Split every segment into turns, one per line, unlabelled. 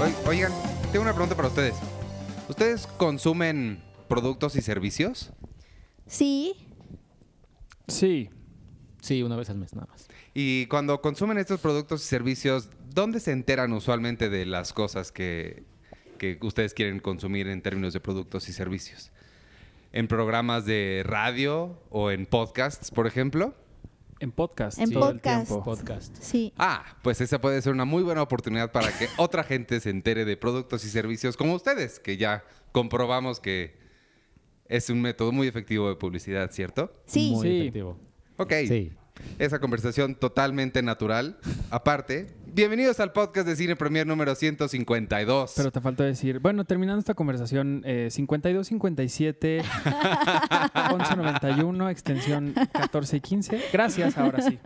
Oi- Oigan, tengo una pregunta para ustedes. ¿Ustedes consumen productos y servicios?
Sí.
Sí. Sí, una vez al mes nada más.
Y cuando consumen estos productos y servicios, ¿dónde se enteran usualmente de las cosas que, que ustedes quieren consumir en términos de productos y servicios? ¿En programas de radio o en podcasts, por ejemplo?
En podcast.
En
sí, todo el
podcast.
tiempo.
Podcast.
Sí.
Ah, pues esa puede ser una muy buena oportunidad para que otra gente se entere de productos y servicios como ustedes, que ya comprobamos que es un método muy efectivo de publicidad, ¿cierto?
Sí.
Muy
Sí.
efectivo.
Ok.
Sí.
Esa conversación totalmente natural. Aparte, bienvenidos al podcast de Cine Premier número 152.
Pero te falta decir, bueno, terminando esta conversación, eh, 52, 57, 11, 91, extensión 14 y 15. Gracias, ahora sí.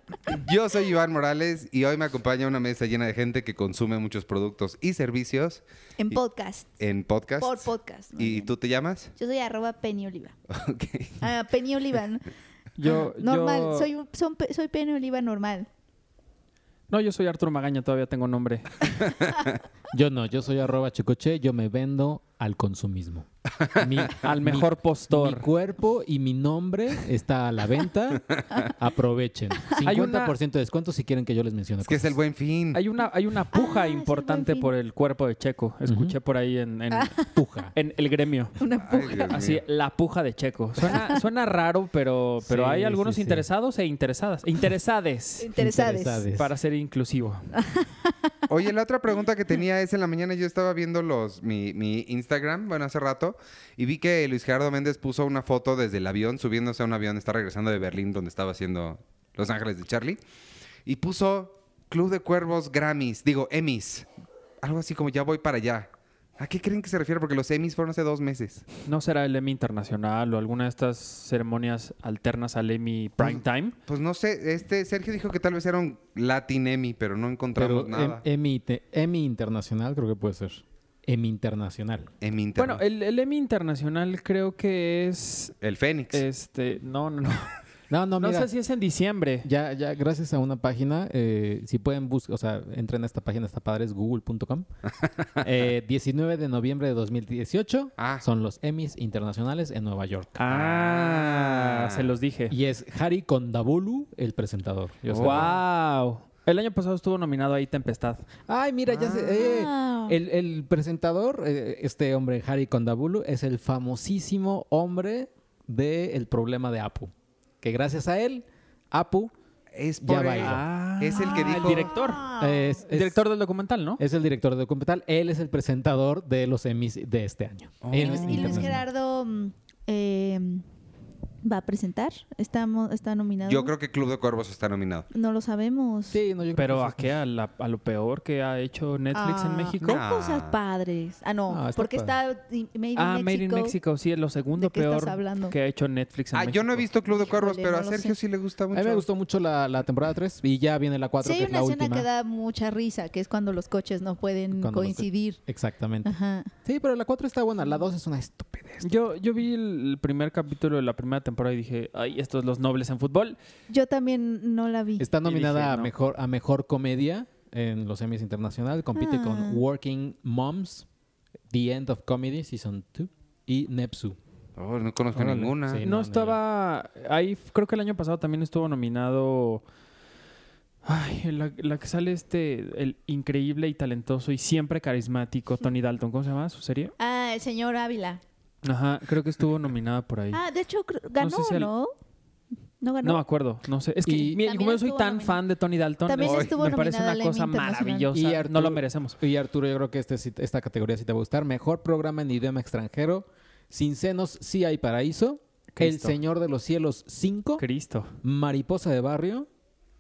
Yo soy Iván Morales y hoy me acompaña una mesa llena de gente que consume muchos productos y servicios
En
Y-
podcast.
en podcast.
Por podcast. ¿no?
¿Y tú te llamas?
Yo soy arroba Penny Oliva.
Ok.
Ah, Penny Oliva. ¿no? Ah,
Yo,
normal.
yo-
Soy, un- son pe- soy Penny Oliva normal.
No, yo soy Arturo Magaña, todavía tengo nombre.
Yo no, yo soy arroba chicoche, yo me vendo al consumismo. Mi-
Al
mi-
mejor
Mi,
postor.
cuerpo y mi nombre está a la venta. Aprovechen.
Hay una-
50% de descuento si quieren que yo les mencione.
Es que es el
cosas.
buen fin.
Pues, Hay una, hay una puja
Ah, es un
importante
buen fin. Ah.
por el cuerpo de Checo. Escuché por ahí en, en-
puja.
en el gremio.
Una
Ay,
puja.
Dios
Así,
mío.
la puja de Checo.
Ah.
Suena, suena raro, pero, pero
Sí,
hay
sí,
algunos
sí.
interesados e interesadas. Interesades.
Interesades.
Para ser inclusivo.
Oye, la otra pregunta que tenía es en la mañana yo estaba viendo los mi, mi Instagram, bueno, hace rato, y vi que Luis Gerardo Méndez puso una foto desde el avión, subiéndose a un avión, está regresando de Berlín, donde estaba haciendo Los Ángeles de Charlie, y puso Club de Cuervos Grammys, digo, Emmys, algo así como ya voy para allá. ¿A qué creen que se refiere? Porque los Emmys fueron hace dos meses.
¿No será el Emmy Internacional o alguna de estas ceremonias alternas al Emmy Prime Time?
Pues no sé, este Sergio dijo que tal vez era un Latin Emmy, pero no encontramos
Pero
nada.
em- Emi, te- Emi Internacional creo que puede ser. Emi Internacional.
Emmy Internet.
Bueno, el, el Emmy Internacional creo que es...
el Fénix.
Este, no, no, no.
No, no,
No
mira.
sé si es en diciembre.
Ya, ya, gracias a una página, eh, si pueden buscar, o sea, entren a esta página, está padre, es google.com. Eh, 19 de noviembre de 2018
Ah.
son los Emmys internacionales en Nueva York.
Ah,
Ah.
se los dije.
Y es Harry Kondabolu el presentador. Yo sé.
wow. El año pasado estuvo nominado ahí Tempestad.
Ay, mira, ya sé. eh,
Wow.
el, el presentador, eh, este hombre, Harry Kondabolu, es el famosísimo hombre del el problema de Apu. Que gracias a él, Apu
es
ya
por
bailó.
él.
Ah,
Es el que dijo-
director.
es,
El
es-
director del documental, ¿no?
Es el director de documental. Él es el presentador de los Emmys de este año.
Oh.
Y
En-
Luis, y Luis
internacional.
Gerardo mm, eh, va a presentar. Está, mo- está nominado.
Yo creo que Club de Cuervos está nominado.
No lo sabemos.
Sí, no, yo creo
Pero
que
¿a
sí.
qué? ¿A, la- a lo peor que ha hecho Netflix en
Ah,
México?
no.
hay cosas padres. Ah, no.
Ah, está
porque
padre.
está i- Made in
ah,
Mexico.
Made in Mexico, sí, es lo segundo
¿De qué estás
peor
hablando?
que ha hecho Netflix en
Ah, yo no he
México.
visto Club de Cuervos,
Híjole,
pero
no
a
lo
Sergio
sé.
sí le gusta
A
mucho.
mí me gustó mucho la, la temporada 3 y ya viene la 4,
Sí, hay
que es
una
la
escena
última.
que da mucha risa, que es cuando los coches no pueden
Cuando los co-
coincidir.
Exactamente.
Ajá.
Sí, pero la 4 está buena, la 2 es una estupidez.
Yo, yo vi el primer capítulo de la primera temporada y dije, ay, estos los nobles en fútbol.
Yo también no la vi.
Está
dije,
nominada a,
no.
mejor, a mejor comedia en los Emmys Internacional, compite
Ah.
con Working Moms, The End of Comedy Season 2 y Nepsu.
Oh, no conozco
Órale,
ninguna.
sí.
no,
no,
estaba. Ahí f- creo que el año pasado también estuvo nominado. Ay, la, la que sale este, el increíble y talentoso y siempre carismático Tony Dalton. ¿Cómo se llama su serie?
Ah, el señor Ávila.
Ajá, creo que estuvo nominada por ahí.
Ah, de hecho, cr- ganó,
sé si al-
¿no? No
no me
ganó.
acuerdo, no sé. Es que
Y-
mira,
También
como yo soy
estuvo
tan
nominada.
fan de Tony Dalton,
También
ay,
estuvo
me parece
nominada
una
al Emmy
cosa
Internacional.
maravillosa.
Y
no lo
Arturo-
merecemos.
Y Arturo, yo creo que este sí- esta categoría sí te va a gustar. Mejor programa en idioma extranjero. Sin senos, sí hay paraíso. El
Cristo.
Señor de los Cielos 5.
Cristo.
Mariposa de Barrio.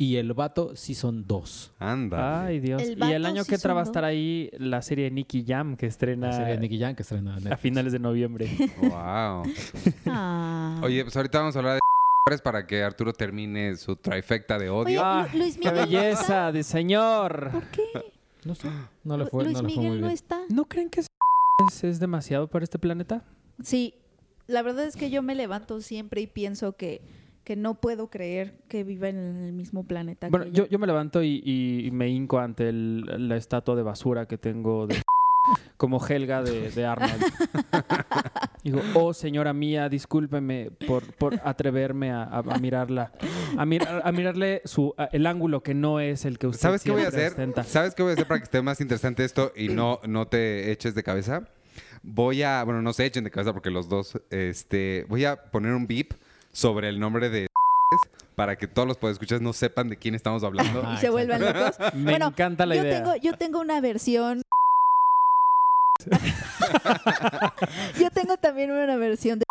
Y El Vato Season 2. Ah.
Anda.
Ay, Dios.
El
y el
vato
año
sí
que entra va a
sonó.
estar ahí la serie de Nicky Jam que estrena
La serie de Nicky Jam que estrena en
a
Netflix.
finales de noviembre.
Wow.
Ah.
Oye, pues ahorita vamos a hablar de para que Arturo termine su trifecta de
Oye,
odio.
Ah,
Lu- Luis
¡Qué
Miguel. no está.
belleza de señor!
¿Por qué?
No sé, no le fue,
Luis
no le fue muy
Miguel no
bien.
está.
¿No creen que es, es demasiado para este planeta?
Sí, la verdad es que yo me levanto siempre y pienso que, que no puedo creer que viva en el mismo planeta.
Bueno,
que
yo, yo me levanto y, y me hinco ante el- la estatua de basura que tengo de como Helga de, de Arnold. Digo, oh señora mía, discúlpeme por, por atreverme a, a- a mirarla, a, mirar, a mirarle su, a- el ángulo que no es el que usted
¿Sabes qué voy a
siempre
hacer?
ostenta.
¿Sabes qué voy a hacer para que esté más interesante esto y no, no te eches de cabeza? Voy a, bueno, no se echen de cabeza porque los dos, este, voy a poner un beep sobre el nombre de para que todos los podescuchas no sepan de quién estamos hablando.
Ajá. Ah,
y se
exacto.
vuelvan locos.
Me
Bueno,
encanta la
yo
idea.
Tengo, yo tengo una versión. yo tengo también una versión de.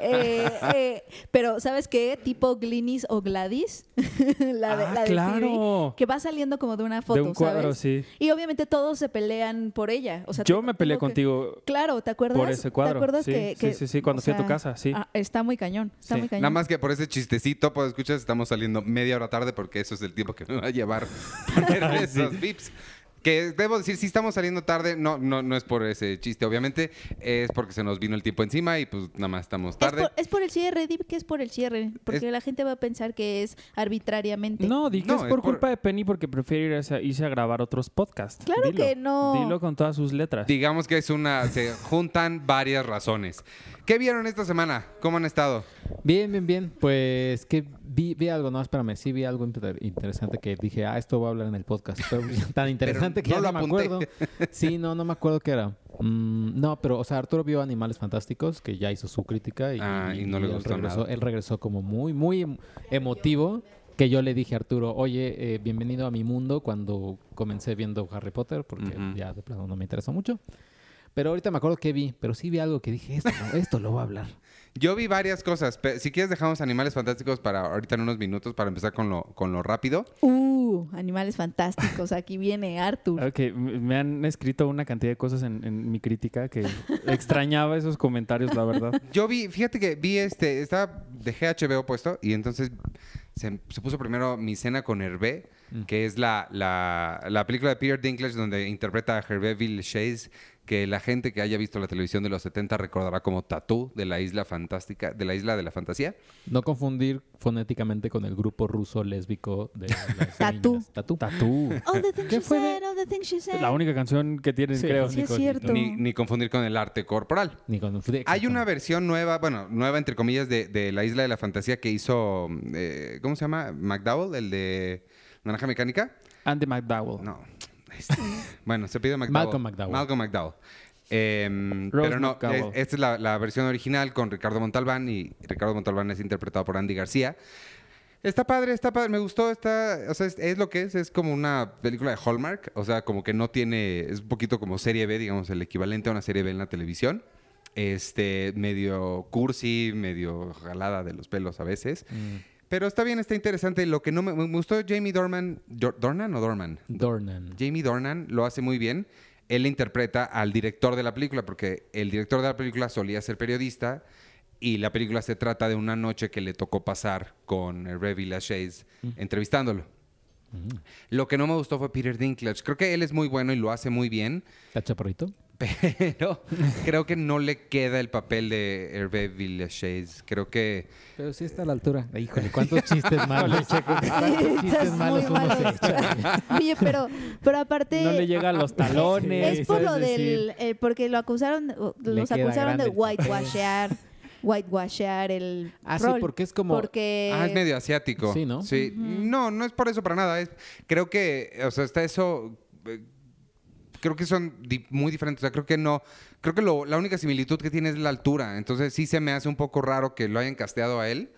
Eh, eh, pero, ¿sabes qué? Tipo Glinis o Gladys. la de,
ah,
la de Phoebe,
claro.
que va saliendo como de una foto,
De un cuadro,
¿sabes?
sí.
Y obviamente todos se pelean por ella. O sea,
Yo
tengo-
me peleé
tengo que-
contigo
Claro, ¿te acuerdas?
por ese cuadro.
¿Te acuerdas
sí,
que,
sí,
que-
sí, sí, cuando
o
fui a tu
sea,
casa, sí.
ah, está muy cañón, está
Sí.
muy cañón.
Nada más que por ese chistecito, podescuchas, estamos saliendo media hora tarde porque eso es el tiempo que me va a llevar poner esos beeps. Que debo decir, si estamos saliendo tarde, no, no, no es por ese chiste, obviamente, es porque se nos vino el tiempo encima y pues nada más estamos
Es
tarde.
por, es por el cierre, dime que es por el cierre, porque la gente va a pensar que es arbitrariamente.
No, di que
No,
es
es
por
por-
culpa de Penny porque prefiere irse a, irse a grabar otros podcasts.
Claro
Dilo.
que no.
Dilo con todas sus letras.
Digamos que es una. Se juntan varias razones. ¿Qué vieron esta semana? ¿Cómo han estado?
Bien, bien, bien. Pues que vi, vi algo, no, espérame, sí vi algo inter- interesante que dije, ah, esto voy a hablar en el podcast. Pero tan interesante que
no
ya
lo
no me
apunté.
acuerdo. Sí, no, no me acuerdo qué era. Mm, no, pero, o sea, Arturo vio Animales Fantásticos, que ya hizo su crítica y,
Ah, y no le
él
gustó
regresó,
nada.
Él regresó como muy, muy em- emotivo, que yo le dije a Arturo, oye, eh, bienvenido a mi mundo cuando comencé viendo Harry Potter, porque
Ujú.
ya de plano no me interesó mucho. Pero ahorita me acuerdo que vi, pero sí vi algo que dije, esto, esto lo voy a hablar.
Yo vi varias cosas. pe- Si quieres, dejamos animales fantásticos para ahorita en unos minutos para empezar con lo, con lo rápido.
Uh, animales fantásticos, aquí viene Arthur.
Ok, m- me han escrito una cantidad de cosas en, en mi crítica que extrañaba esos comentarios, la verdad.
Yo vi, fíjate que vi este, estaba, dejé HBO puesto y entonces se, se puso primero mi cena con Hervé, que es la, la, la película de Peter Dinklage donde interpreta a Hervé Villechaize, que la gente que haya visto la televisión de los 70 recordará como Tatú de la isla fantástica, de la isla de la fantasía.
No confundir fonéticamente con el grupo ruso lésbico de las
Tatú.
niñas. Tatú.
Tatú.
All the things
¿Qué
she
fue de-
said, all the things she said.
La única canción que tienes,
Sí.
creo.
Sí, es
Nicole
cierto.
Ni, ni confundir con el arte corporal.
Ni confundir.
Hay una
exactamente.
versión nueva, bueno, nueva entre comillas, de, de La Isla de la Fantasía que hizo, eh, ¿cómo se llama? McDowell, el de Naranja Mecánica.
Andy McDowell.
No. este, bueno, se pide McDowell.
Malcolm McDowell.
Malcolm McDowell. Em,
Rose
pero no,
McDowell.
es- esta es la, la versión original con Ricardo Montalbán y Ricardo Montalbán es interpretado por Andy García. Está padre, está padre, me gustó, está, o sea, es, es lo que es, es como una película de Hallmark, o sea, como que no tiene, es un poquito como serie B, digamos, el equivalente a una serie B en la televisión, este, medio cursi, medio jalada de los pelos a veces,
Mm,
pero está bien, está interesante, lo que no me, me gustó Jamie Dornan, Dor- Dornan o Dorman,
Mm, Dornan.
Jamie Dornan lo hace muy bien. Él interpreta al director de la película, porque el director de la película solía ser periodista y la película se trata de una noche que le tocó pasar con Revy Lachase entrevistándolo. Lo que no me gustó fue Peter Dinklage. Creo que él es muy bueno y lo hace muy bien,
¿Está chaparrito?
pero creo que no le queda el papel de Hervé Villechaize. Creo que
Pero sí está a la altura. Híjole, cuántos chistes malos. ¿Cuántos
Estás
chistes
muy
malos uno
malo.
se echa?
Oye, pero, pero aparte.
No le llega a los talones.
Ah, Es por lo
¿sabes decir?
del. eh, porque lo acusaron. o-
Le
Los
queda
acusaron de
grande el papel.
whitewashear. Whitewashear el.
Ah, sí,
rol,
porque es como-
Porque.
Ah, es medio asiático.
Sí, ¿no?
No, no es por eso para nada. Es, creo que, o sea, está eso. eh, Creo que son di- muy diferentes. O sea, creo que no. Creo que lo- la única similitud que tiene es la altura. Entonces, sí se me hace un poco raro que lo hayan casteado a él.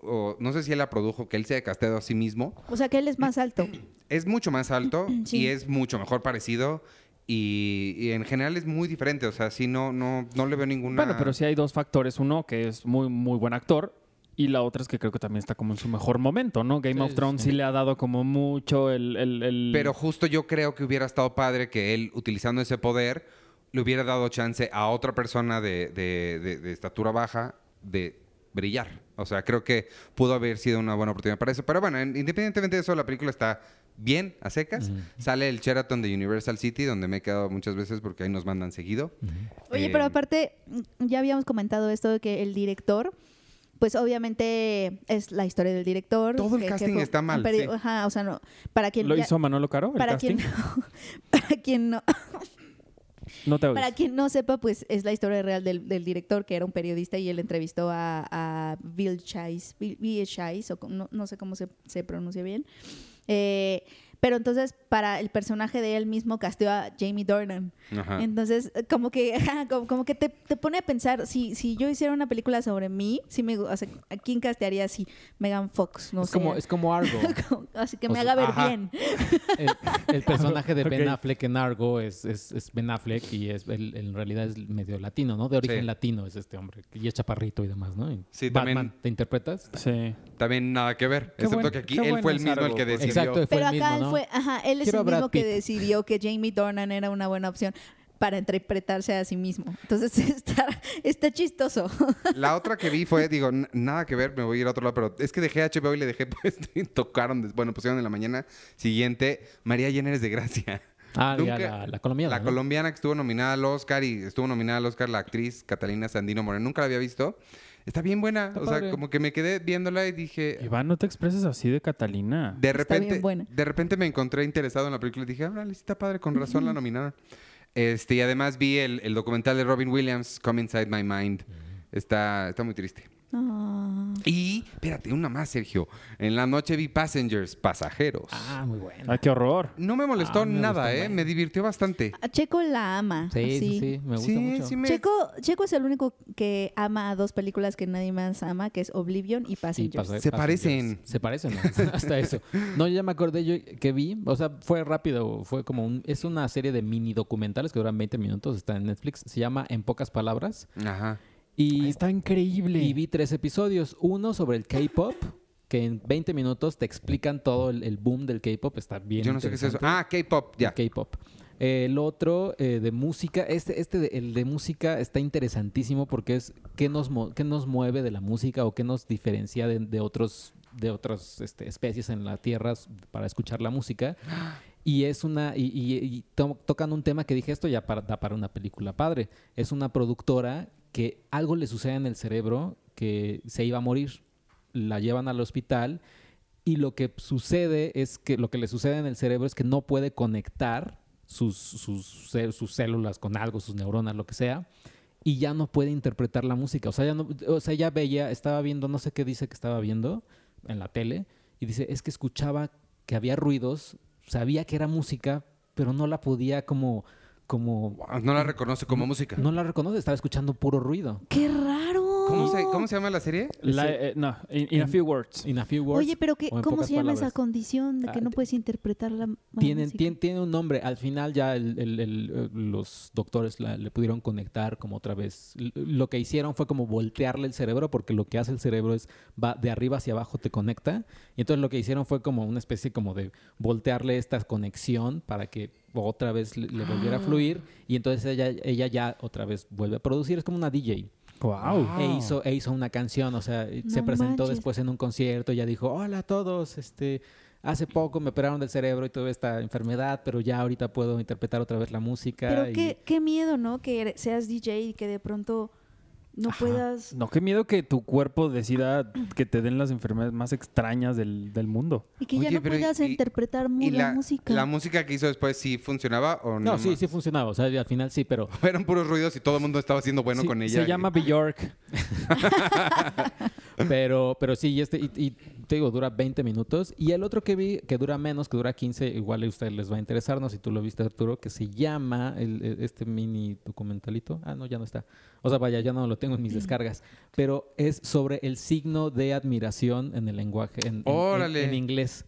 O no sé si él la produjo, que él se haya casteado a sí mismo.
O sea, que él es más alto.
Es mucho más alto
Sí.
y es mucho mejor parecido. Y, y en general es muy diferente. O sea, sí, no, no, no le veo ninguna.
Bueno, pero sí hay dos factores. Uno, que es muy, muy buen actor. Y la otra es que creo que también está como en su mejor momento, ¿no? Game
Sí,
of Thrones sí.
sí.
le ha dado como mucho el... el- el-
Pero justo yo creo que hubiera estado padre que él, utilizando ese poder, le hubiera dado chance a otra persona de, de- de- de estatura baja de brillar. O sea, creo que pudo haber sido una buena oportunidad para eso. Pero bueno, en- independientemente de eso, la película está bien a secas. Sale el Sheraton de Universal City, donde me he quedado muchas veces porque ahí nos mandan seguido.
Oye,
Eh,
pero aparte, mm, ya habíamos comentado esto de que el director, pues obviamente es la historia del director.
Todo el
que- que
casting
fue
está
un
mal,
peri-
sí.
Ajá, o sea, no. Para quien
¿Lo
ya-
hizo Manolo Caro? el
para
casting?
quien no. Para quien no.
No te
Para
ahogues.
quien no sepa, pues es la historia real del, del director, que era un periodista y él entrevistó a, a Bill Chase, Bill, Bill Chase, o co- no, no sé cómo se, se pronuncia bien. Eh, pero entonces, para el personaje de él mismo, casteó a Jamie Dornan.
Ah.
Ajá.
Entonces, eh, como que, ajá, como, como que te, te pone a pensar, si, si yo hiciera una película sobre mí, si me, o sea, ¿a quién castearía así? Megan Fox, no
es,
sé.
como, es como Argo.
Como- así que
O
me
sea,
haga ver
ajá.
bien.
El, el personaje de Ben
Ok.
Affleck en Argo es, es, es Ben Affleck y es el- en realidad es medio latino, ¿no? De origen
Sí.
latino es este hombre. Y es chaparrito y demás, ¿no? Y
Sí,
Batman,
también-
¿te interpretas?
Sí.
También nada que ver.
Qué
excepto
bueno-
que aquí
qué
él
bueno
fue el
es
mismo el
algo.
que decidió.
Exacto, fue
Pero
el mismo,
acá él
¿no?
fue, ajá, él es
Quiero a
el
Brad
mismo que
Pitt.
decidió que Jamie Dornan era una buena opción para interpretarse a sí mismo. Entonces está, está chistoso.
La otra que vi fue, digo, n- nada que ver, me voy a ir a otro lado, pero es que dejé HBO y le dejé puesto y tocaron, des- bueno, pusieron en la mañana siguiente María Lleneres de Gracia.
Ah, ya,
Nunca-
la, la colombiana.
La
¿no?
colombiana que estuvo nominada al Oscar y estuvo nominada al Oscar la actriz Catalina Sandino Moreno. Nunca la había visto. Está bien buena.
Está
o sea,
padre.
como que me quedé viéndola y dije.
Iván, no te expreses así de Catalina.
De
Está bien
repente,
buena.
de repente me encontré interesado en la película y dije, ah, sí está padre, con razón la nominaron. Este, y además vi el, el documental de Robin Williams, Come Inside My Mind. Está, está muy triste.
Ah.
Y, espérate, una más, Sergio. En la noche vi Passengers, Pasajeros.
Ah, muy buena.
Ay, qué horror.
No me molestó
Ah, me
nada,
gustó,
¿eh?
man.
Me divirtió bastante.
A Ah, Checo la ama.
Sí, sí,
así.
sí, me gusta
sí,
mucho.
sí me...
Checo, Checo es el único que ama a dos películas que nadie más ama, que es Oblivion y
Sí,
Passengers.
pasa-
Se
pasan
parecen.
días. Se parecen, ¿no? hasta eso. No, yo ya me acordé yo que vi, o sea, fue rápido, fue como un, es una serie de mini documentales que duran 20 minutos, está en Netflix, se llama En pocas palabras
Ajá.
y,
Está increíble.
y vi tres episodios, uno sobre el K-pop, que en 20 minutos te explican todo el, el boom del K-pop, está bien.
Yo no sé qué es eso.
interesante.
Ah, K-pop, ya.
el K-pop. El otro eh, de música, este, este de- el de música está interesantísimo porque es qué nos, mo- qué nos mueve de la música o qué nos diferencia de, de otros de otras este, especies en la tierra s- para escuchar la música. Y es una, y, y- y to- tocan un tema que dije esto ya para, da para una película padre. Es una productora que algo le sucede en el cerebro que se iba a morir. La llevan al hospital y lo que sucede es que lo que le sucede en el cerebro es que no puede conectar sus, sus, cel- sus células con algo, sus neuronas, lo que sea, y ya no puede interpretar la música. O sea, ya, no, o sea, ya veía, estaba viendo, no sé qué dice que estaba viendo en la tele, y dice, es que escuchaba que había ruidos, sabía que era música, pero no la podía como... como
Wow, No la reconoce como música.
no la reconoce, estaba escuchando puro ruido.
¡Qué raro!
¿Cómo, se, ¿Cómo se llama la serie?
La- eh, no, in, in a few words.
In a few words,
Oye, pero qué,
o en
¿cómo
pocas
se llama
palabras.
esa condición de que
Ah,
no
te-
puedes interpretar la la
Tienen,
música?
tien- tiene un nombre. Al final ya el- el- el, eh, los doctores la- le pudieron conectar como otra vez. L- Lo que hicieron fue como voltearle el cerebro porque lo que hace el cerebro es va de arriba hacia abajo te conecta. Y entonces lo que hicieron fue como una especie como de voltearle esta conexión para que otra vez le, le volviera a fluir. Y entonces ella, ella ya otra vez vuelve a producir. Es como una DJ.
Wow.
E hizo, e hizo una canción, o sea,
No
se presentó
manches.
después en un concierto, ya dijo, hola a todos, este, hace poco me operaron del cerebro y tuve esta enfermedad, pero ya ahorita puedo interpretar otra vez la música.
Pero
y-
qué, qué miedo, ¿no? Que eres- seas DJ y que de pronto no
Ajá.
puedas...
No, qué miedo que tu cuerpo decida que te den las enfermedades más extrañas del, del mundo.
Y que ya
Oye,
no
pero y-
puedas
y-
interpretar muy
¿Y
la,
la,
música.
la música que hizo después sí funcionaba o no?
No, sí, sí funcionaba, o sea, al final sí, pero
Eran puros ruidos y todo el mundo estaba haciendo bueno
Sí,
con ella.
Se llama Bjork.
Pero, pero sí, y este, y, y te digo, dura 20 minutos. Y el otro que vi, que dura menos, que dura 15, igual a ustedes les va a interesar, no sé si tú lo viste, Arturo, que se llama el- el- este mini documentalito. Ah, no, ya no está. O sea, vaya, ya no lo tengo en mis descargas. Pero es sobre el signo de admiración en el lenguaje, en, en- en-
Órale.
en inglés.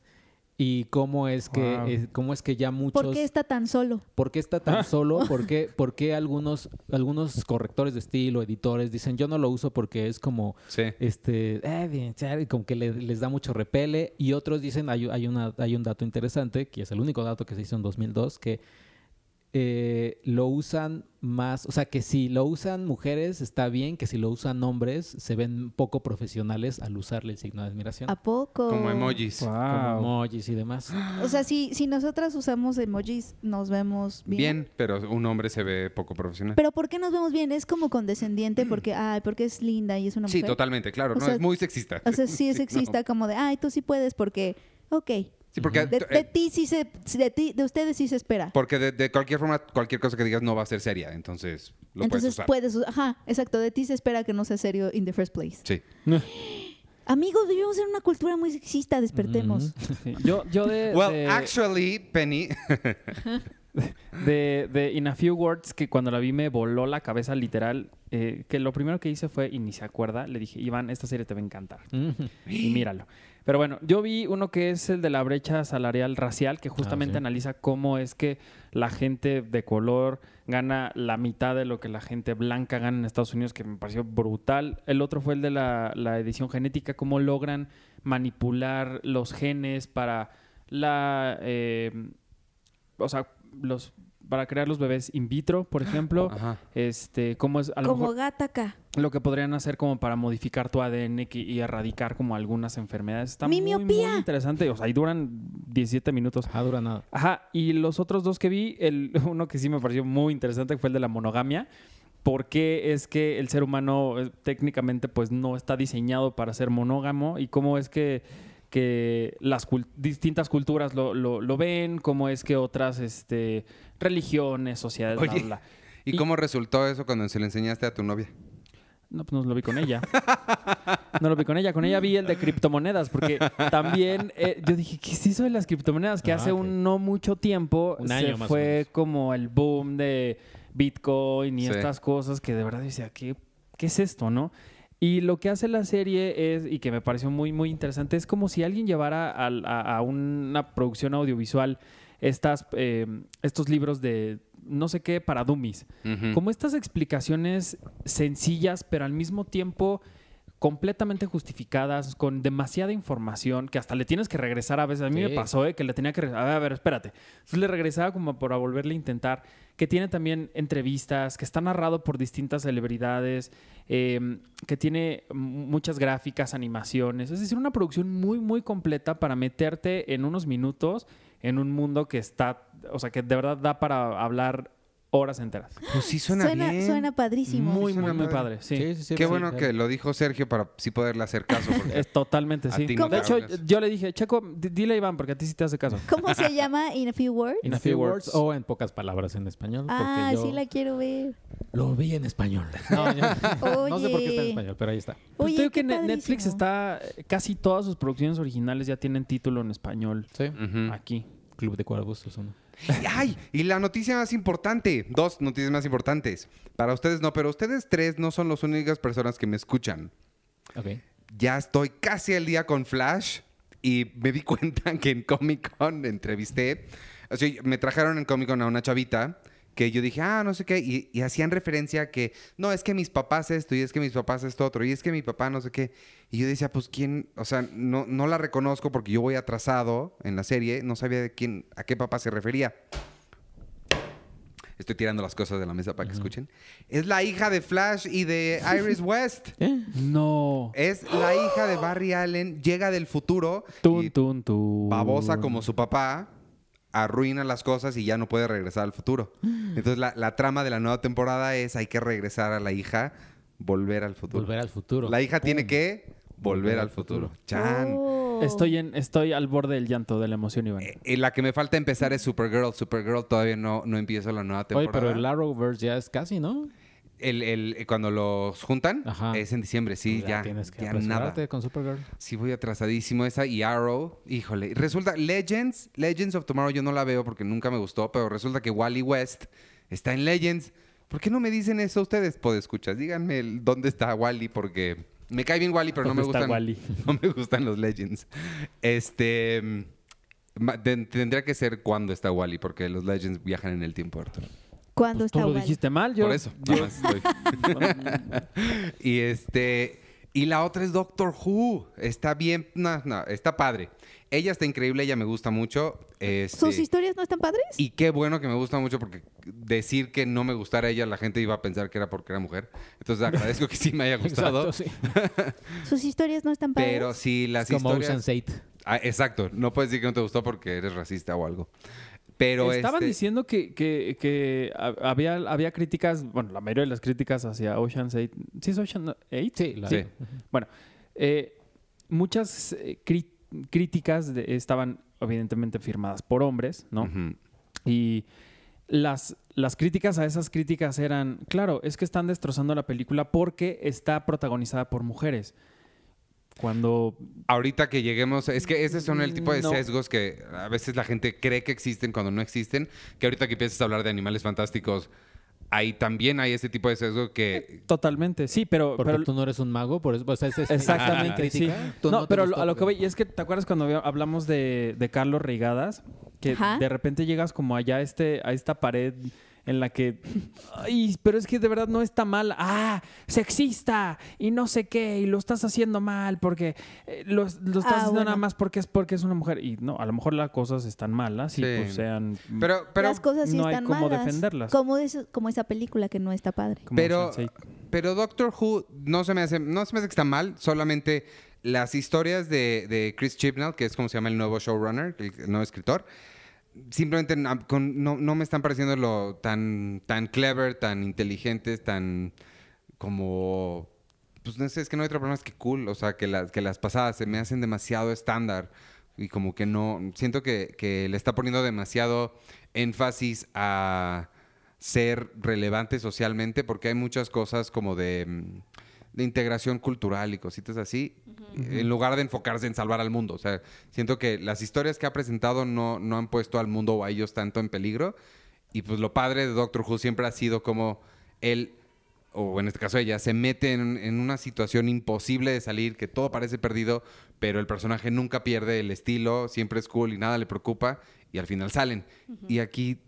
Y cómo es que,
Wow.
es- cómo es que ya muchos.
¿Por qué está tan solo?
¿Por qué está tan solo? ¿Por qué, por qué algunos, algunos correctores de estilo, editores, dicen yo no lo uso porque es como
Sí.
este, "Ah, bien, chale", como que le- les da mucho repele. Y otros dicen, hay, hay una, hay un dato interesante, que es el único dato que se hizo en 2002, que eh, lo usan más, o sea, que si lo usan mujeres está bien, que si lo usan hombres se ven poco profesionales al usarle el signo de admiración.
¿A poco?
Como emojis.
Como
Wow.
emojis y demás.
O sea, si, si nosotras usamos emojis, nos vemos bien.
Bien. pero un hombre se ve poco profesional.
Pero ¿por qué nos vemos bien? Es como condescendiente porque, ay, porque es linda y es una
Mm. Sí,
mujer.
totalmente, claro.
O
No,
sea,
es muy sexista.
O sea, sí es
no.
sexista como de, ay, tú sí puedes porque, ok,
Sí, porque, eh,
De, de ti sí se, de ti, de ustedes sí se espera.
porque de, de cualquier forma, cualquier cosa que digas no va a ser seria, entonces lo
Entonces pues,
puedes usar.
puedes, us- ajá, exacto, de ti se espera que no sea serio in the first place.
Sí.
Amigos, vivimos en una cultura muy sexista, despertemos.
Mm.
Sí. Yo, yo de,
Well,
eh, de,
actually, Penny,
de- de In a Few Words, que cuando la vi me voló la cabeza literal, eh, que lo primero que hice fue, y ni se acuerda, le dije, Iván, esta serie te va a encantar. y míralo. Pero bueno, yo vi uno que es el de la brecha salarial racial, que justamente
sí.
analiza cómo es que la gente de color gana la mitad de lo que la gente blanca gana en Estados Unidos, que me pareció brutal. El otro fue el de la, la edición genética, cómo logran manipular los genes para la... eh, o sea, los... Para crear los bebés in vitro, por ejemplo,
Ajá.
este, cómo es a lo
Como
mejor-
gata acá.
lo que podrían hacer como para modificar tu ADN que- y erradicar como algunas enfermedades. Está
¡Mi
muy, muy
miopía!
interesante. O sea, ahí duran 17 minutos.
Ah, dura nada.
Ajá, y los otros dos que vi, el, uno que sí me pareció muy interesante fue el de la monogamia. Porque es que el ser humano eh, técnicamente pues no está diseñado para ser monógamo y cómo es que, que las cul- distintas culturas lo, lo- lo ven, cómo es que otras este, religiones, sociedades, bla,
Oye.
bla, bla.
¿y
Y-
cómo resultó eso cuando se lo enseñaste a tu novia?
No, pues no lo vi con ella. No lo vi con ella. Con ella vi el de criptomonedas, porque también eh, yo dije, ¿qué es eso de las criptomonedas? Que
Ah,
hace
ok.
un no mucho tiempo
Un
se
año más o
fue
menos.
como el boom de Bitcoin y
Sí.
estas cosas que de verdad decía, ¿qué, ¿qué es esto, no? Y lo que hace la serie es, y que me pareció muy, muy interesante, es como si alguien llevara al- a, a una producción audiovisual estas, eh, estos libros de no sé qué para dummies
Ujú.
como estas explicaciones sencillas, pero al mismo tiempo completamente justificadas, con demasiada información, que hasta le tienes que regresar a veces. A mí me
Sí.
pasó ¿eh? que le tenía que regresar. A ver, a ver, espérate. Entonces le regresaba como para volverle a intentar. Que tiene también entrevistas, que está narrado por distintas celebridades, eh, que tiene m- muchas gráficas, animaciones. Es decir, una producción muy, muy completa para meterte en unos minutos en un mundo que está, o sea, que de verdad da para hablar horas enteras.
Pues sí, suena, bien.
suena padrísimo.
Muy,
suena
muy, muy
padre.
padre, sí.
Qué bueno que lo dijo Sergio para sí poderle hacer caso. porque-
Es totalmente,
A
sí.
ti no
De
te
hecho,
hablas.
yo le dije, Checo, di- dile a Iván porque a ti sí te hace caso.
¿Cómo se llama In a Few Words?
In
En
a
a
few
few
words.
words o en pocas palabras en español.
Ah,
porque yo
sí la quiero ver.
Lo vi en español. No, yo- no sé por qué está en
Oye.
español, pero ahí está.
Pues
Oye,
te digo
qué
que Ne- Netflix
padrísimo.
está, casi todas sus producciones originales ya tienen título en español
Sí.
Ujú.
aquí.
Club de Cuervos es uno.
Y- ¡Ay! Y la noticia más importante, dos noticias más importantes. Para ustedes no, pero ustedes tres no son las únicas personas que me escuchan.
Ok.
Ya estoy casi al día con Flash y me di cuenta que en Comic Con entrevisté, o sea, me trajeron en Comic Con a una chavita que yo dije, ah, no sé qué, y, y hacían referencia a que, no, es que mis papás esto, y es que mis papás esto otro, y es que mi papá no sé qué. Y yo decía, pues, ¿quién? O sea, no, no la reconozco porque yo voy atrasado en la serie, no sabía de quién, a qué papá se refería. Estoy tirando las cosas de la mesa para que escuchen. Es la hija de Flash y de Iris West.
No.
Es la hija de Barry Allen, llega del futuro,
Tun,
y
tun, tun.
babosa como su papá, arruina las cosas y ya no puede regresar al futuro. Entonces la, la trama de la nueva temporada es hay que regresar a la hija, volver al futuro.
Volver al futuro.
La hija tiene
Pum.
que volver al futuro. Chan.
Oh.
Estoy, en, estoy al borde del llanto, de la emoción, Iván.
Eh, y la que me falta empezar es Supergirl. Supergirl todavía no, no empieza la nueva
Oye,
temporada.
pero el Arrowverse ya es casi, ¿no?
El- el- eh, cuando los juntan
Ajá.
es en diciembre, sí,
Pues
ya.
tienes que
ya nada.
apresurarte con Supergirl.
Sí, voy atrasadísimo esa y Arrow. Híjole. Resulta, Legends, Legends of Tomorrow yo no la veo porque nunca me gustó, pero resulta que Wally West está en Legends. ¿Por qué no me dicen eso ustedes, podescuchas? Díganme el- dónde está Wally porque me cae bien Wally, pero no me
¿Dónde está
gustan.
Wall-E?
No me gustan los Legends. Este mm, ma- ten- tendría que ser cuando está Wally porque los Legends viajan en el tiempo, Arturo.
¿Cuándo
Pues tú
está
lo
Wally?
dijiste mal, yo.
Por eso.
yo-
nada más estoy- y este. Y la otra es Doctor Who. Está bien. No, no, está padre. Ella está increíble, ella me gusta mucho. este,
¿Sus historias no están padres?
y qué bueno que me gusta mucho porque decir que no me gustara ella, la gente iba a pensar que era porque era mujer. Entonces agradezco que sí me haya gustado.
Exacto, sí.
¿Sus historias no están padres?
Pero sí, las
Como
historias.
Ocean's 8.
Ah, exacto. No puedes decir que no te gustó porque eres racista o algo. Pero
Estaban
este-
diciendo que, que- que ha- había, había críticas, bueno, la mayoría de las críticas hacia Ocean's 8. ¿Sí es Ocean's 8?
Sí, la
Sí.
vi.
Bueno, eh, muchas eh, cri- críticas de- estaban evidentemente firmadas por hombres, ¿no?
Ujú.
Y las, las críticas a esas críticas eran, claro, es que están destrozando la película porque está protagonizada por mujeres. Cuando
Ahorita que lleguemos, es que ese son el tipo de
No.
sesgos que a veces la gente cree que existen cuando no existen, que ahorita que empiezas a hablar de animales fantásticos, ahí también hay ese tipo de sesgo que...
totalmente, sí, pero...
Porque
pero-
tú no eres un mago, por eso. O sea, es, este, es-
Exactamente,
es
sí.
crítica. Ah, Tú
No,
te
pero
gustó,
a lo que
pero-
voy, y es que te acuerdas cuando había- hablamos de, de Carlos Reigadas, que
Ajá.
de repente llegas como allá a, este, a esta pared en la que, ay, pero es que de verdad no está mal, ah, sexista y no sé qué, y lo estás haciendo mal porque eh, lo, lo estás
Ah,
haciendo
bueno.
nada más porque es porque es una mujer. Y no, a lo mejor las cosas están malas y
Sí.
pues sean...
Pero, pero,
Las cosas sí
no hay
están
cómo
malas.
defenderlas.
Como, eso- como esa película que no está padre.
como
pero,
sensei.
pero Doctor Who no se me hace, no se me hace que está mal, solamente las historias de, de Chris Chibnall, que es como se llama el nuevo showrunner, el, el nuevo escritor, simplemente na- con- no, no me están pareciendo lo tan, tan clever, tan inteligentes, tan como pues no sé, es que no hay otra palabra más que cool, o sea, que las, que las pasadas se me hacen demasiado estándar y como que no, siento que, que le está poniendo demasiado énfasis a ser relevante socialmente porque hay muchas cosas como de, mm, de integración cultural y cositas así, en lugar de enfocarse en salvar al mundo, o sea, siento que las historias que ha presentado no, no han puesto al mundo o a ellos tanto en peligro y pues lo padre de Doctor Who siempre ha sido como él o en este caso ella, se mete en, en una situación imposible de salir, que todo parece perdido, pero el personaje nunca pierde el estilo, siempre es cool y nada le preocupa, y al final salen. Y aquí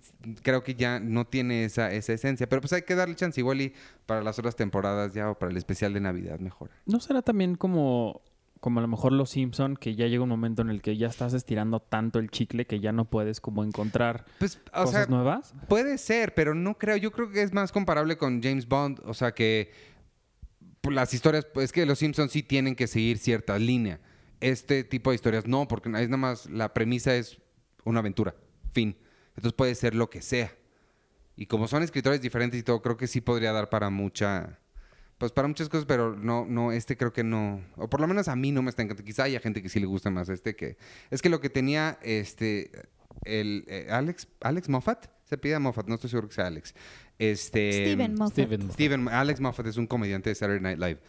creo que ya no tiene esa, esa esencia, pero pues hay que darle chance igual y para las otras temporadas ya o para el especial de Navidad mejor.
¿No será también como, como a lo mejor los Simpson que ya llega un momento en el que ya estás estirando tanto el chicle que ya no puedes como encontrar
Pues, o sea,
cosas nuevas?
Puede ser, pero no creo. Yo creo que es más comparable con James Bond. O sea que pues, las historias, pues, es que los Simpsons sí tienen que seguir cierta línea. Este tipo de historias no, porque es nada más la premisa es una aventura, fin. Entonces puede ser lo que sea. Y como son escritores diferentes y todo, creo que sí podría dar para mucha, pues para muchas cosas, pero no, no, este creo que no, o por lo menos a mí no me está encantando. Quizá haya gente que sí le gusta más este que, es que lo que tenía, este, el eh, Alex, Alex Moffat, se pide Moffat, no estoy seguro que sea Alex.
Eh,
Este,
Steven Moffat.
Steven.
Steven, Alex Moffat es un comediante de Saturday Night Live.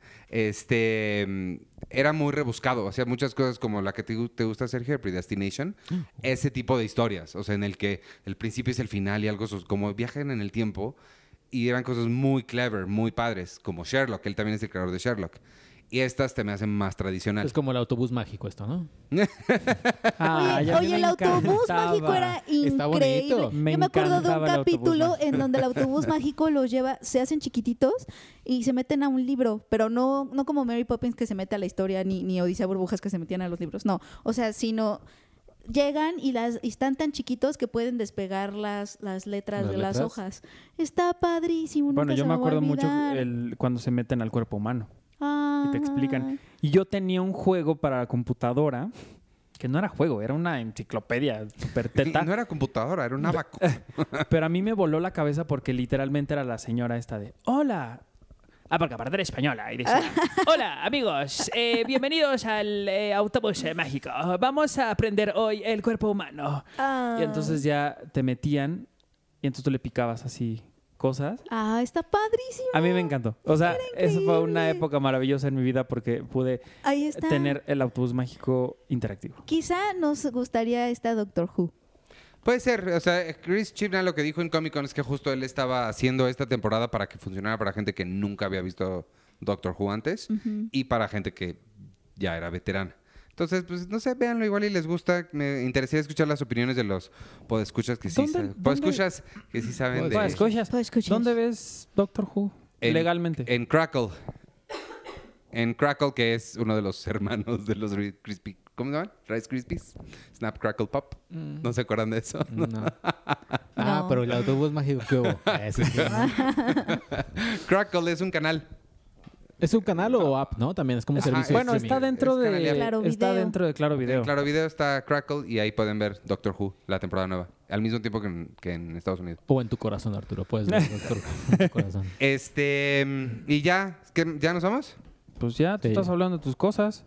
este mm, era muy rebuscado, hacía muchas cosas como la que te, gu- te gusta hacer Here, Predestination,
Mm.
ese tipo de historias, o sea, en el que el principio es el final y algo sus- como viajan en el tiempo y eran cosas muy clever, muy padres, como Sherlock, él también es el creador de Sherlock. Y estas te me hacen más tradicional.
Es como el autobús mágico esto, ¿no?
Ah,
Oye,
ya
oye,
me
el autobús
encantaba.
mágico era
Está
increíble.
bonito.
Me
Yo me acuerdo de un
encantaba el
capítulo
autobús
en donde el autobús mágico los lleva, se hacen chiquititos y se meten a un libro, pero no, no como Mary Poppins que se mete a la historia, ni, ni Odisea Burbujas que se metían a los libros, no. O sea, sino llegan y las y están tan chiquitos que pueden despegar las, las letras
¿Las
de las
letras?
hojas. Está padrísimo.
Bueno,
nunca se
yo me
va a
acuerdo mucho
olvidar.
el- cuando se meten al cuerpo humano y te explican.
Ah.
Y yo tenía un juego para la computadora que no era juego, era una enciclopedia super teta.
No era computadora, era una vaca.
Pero a mí me voló la cabeza porque literalmente era la señora esta de ¡Hola! Ah, porque aparte era española y decía ¡Hola, amigos! eh, bienvenidos al eh, autobús eh, mágico. Vamos a aprender hoy el cuerpo humano.
Ah.
Y entonces ya te metían y entonces tú le picabas así cosas.
Ah, está padrísimo.
A mí me encantó. O sea,
Era
esa fue una
increíble.
época maravillosa en mi vida porque pude
Ahí está.
tener el autobús mágico interactivo.
Quizá nos gustaría esta Doctor Who.
Puede ser, o sea, Chris Chibnall lo que dijo en Comic Con es que justo él estaba haciendo esta temporada para que funcionara para gente que nunca había visto Doctor Who antes y para gente que ya era veterana. Entonces, pues no sé, véanlo igual y les gusta. Me interesaría escuchar las opiniones de los podescuchas que sí
¿Dónde-
saben.
dónde-
Podescuchas que sí saben de.
Podescuchas.
Podescuchas.
¿Dónde ves Doctor Who?
En-
Legalmente.
En Crackle. En Crackle, que es uno de los hermanos de los Ri- Crispy. ¿Cómo se llaman? Rice Krispies. Snap Crackle Pop. ¿No se acuerdan de eso?
No. Ah,
No.
pero el autobús mágico que hubo. Ese sí.
Crackle es un canal.
¿Es un canal o app, no? También es como un
Ajá,
servicio. de
Bueno,
streaming.
está dentro
Es Canal
de
Libre.
Claro
está
Video.
dentro de Claro Video.
En Claro Video está Crackle y ahí pueden ver Doctor Who, la temporada nueva, al mismo tiempo que en, que en Estados Unidos.
O en tu corazón, Arturo. Puedes ver, doctor, en tu corazón.
Este, mm, y ya, ¿qué- ¿ya nos vamos?
pues ya, tú
Sí.
estás hablando de tus cosas.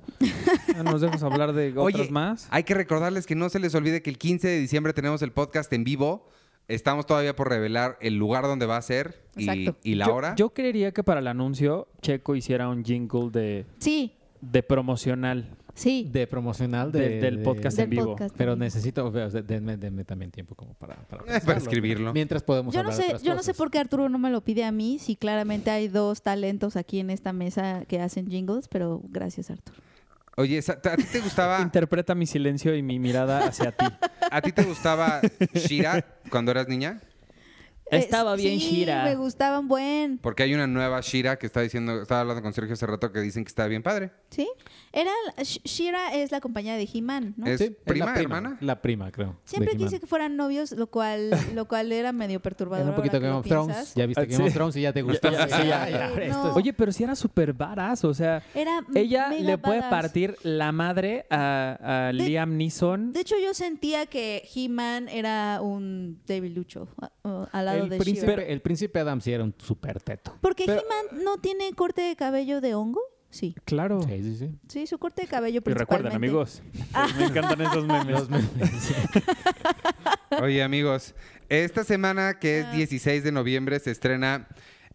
Ya nos dejas hablar de otras
Oye,
más.
Hay que recordarles que no se les olvide que el 15 de diciembre tenemos el podcast en vivo. Estamos todavía por revelar el lugar donde va a ser y,
Exacto.
y la
yo,
hora.
Yo creería que para el anuncio, Checo hiciera un jingle de,
Sí,
de promocional.
sí.
De promocional de-
Del- del
de-
podcast
del
en vivo.
podcast.
Pero necesito, o sea, denme, denme también tiempo como para, para,
Eh,
pensarlo.
para escribirlo.
Mientras podemos
Yo no
hablar
sé,
otras
yo no sé
cosas.
por qué Arturo no me lo pide a mí, si claramente hay dos talentos aquí en esta mesa que hacen jingles, pero gracias Arturo.
Oye, Sa- ¿a ti te gustaba,
Interpreta mi silencio y mi mirada hacia ti.
a ti te gustaba Shira cuando eras niña?
Estaba
Eh,
bien
sí,
Shira.
me gustaban buen.
Porque hay una nueva Shira que está diciendo, estaba hablando con Sergio hace rato que dicen que está bien padre.
¿Sí? Era la- Sh- Shira es la compañía de He-Man, ¿no?
Es-
Sí, la
prima, hermana.
La prima, creo. de
Siempre
He-Man.
quise que fueran novios, lo cual lo cual era medio perturbador.
Era un poquito
ahora que
Game
lo
of Thrones.
piensas.
Ya viste
Ah,
Game
sí.
of Thrones y ya te gustó.
ya, sí, ya,
ya.
Esto es-
No.
Oye, pero si era súper varas, o sea,
Era
ella
mega
le puede
badass.
partir la madre a, a
De-
Liam Neeson.
De hecho, yo sentía que He-Man era un David Lucho al lado
el,
de Shira.
príncipe, el príncipe Adam sí era un super teto.
Porque
pero-
He-Man no tiene corte de cabello de hongo. Sí,
claro.
Sí, sí, sí.
sí, su corte de cabello
Y recuerden,
principalmente.
amigos, me encantan esos memes.
Oye, amigos, esta semana que es
Ah.
16 de noviembre se estrena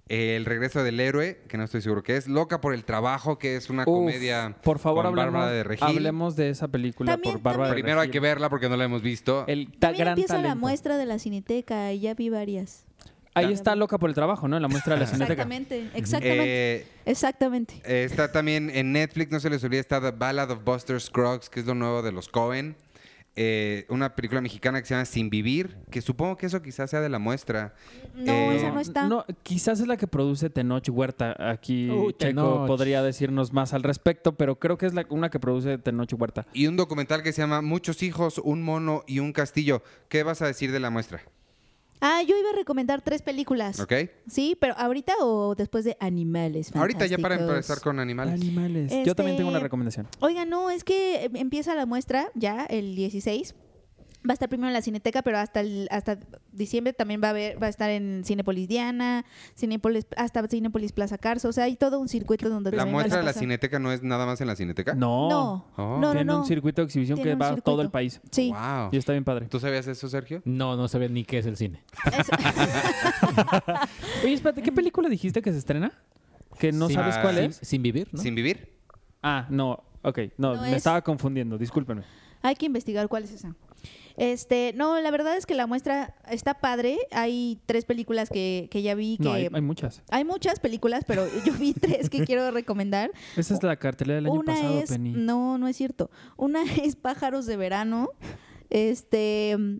El regreso del héroe, que no estoy seguro que es, Loca por el trabajo, que es una
Uf,
comedia
por favor,
con
hablemos,
Bárbara de Regil.
hablemos de esa película
También-
por Bárbara de
Primero hay
Regil.
que verla porque no la hemos visto.
El ta-
También
gran
empieza la
talento.
muestra de la Cineteca y ya vi varias.
Ahí está loca por el trabajo, ¿no? En la muestra de la cineteca.
Exactamente, exactamente,
Eh,
exactamente.
Eh, Está también en Netflix, no se les olvide, está The Ballad of Buster Scruggs, que es lo nuevo de los Cohen. Eh, una película mexicana que se llama Sin Vivir, que supongo que eso quizás sea de la muestra.
No,
Eh,
esa no está.
quizás es la que produce Tenoch Huerta. Aquí
Uh,
Checo
Tenoch.
podría decirnos más al respecto, pero creo que es la, una que produce Tenoch Huerta.
Y un documental que se llama Muchos hijos, un mono y un castillo. ¿Qué vas a decir de la muestra?
Ah, yo iba a recomendar tres películas.
¿Ok?
Sí, pero ahorita o después de Animales.
Ahorita ya para
Fantásticos?
empezar con animales.
Animales. Yo
Este-
también tengo una recomendación.
Oiga, no, es que eh, empieza la muestra ya el 16. Va a estar primero en la Cineteca, pero hasta el- hasta diciembre también va a haber, va a estar en Cinépolis Diana, Cinépolis, hasta Cinépolis Plaza Carso, o sea, hay todo un circuito
La
donde
Pues,
también van a
muestra de la
pasar.
Cineteca no es nada más en la Cineteca.
No.
No,
Oh.
no, no,
Tiene
no.
un circuito de exhibición
Tiene
que
un
va a
circuito.
todo el país.
Sí.
Wow.
Y está bien padre.
¿Tú sabías eso, Sergio?
No, no sabía ni qué es el cine.
Oye, espérate, ¿qué película dijiste que se estrena? Que no
Sin-
sabes
Ah,
cuál
sí.
sin-
es.
Sin vivir, ¿no?
¿Sin vivir?
Ah, no. Ok, no,
No
me
es.
estaba confundiendo, discúlpenme.
Hay que investigar cuál es esa. Este, no, la verdad es que la muestra está padre. Hay tres películas que, que ya vi que
No, hay, hay muchas.
hay muchas películas, pero yo vi tres que quiero recomendar.
Esa es la cartelera del año
Una
pasado,
es,
Penny.
no, no es cierto. Una es Pájaros de Verano. Este, mm,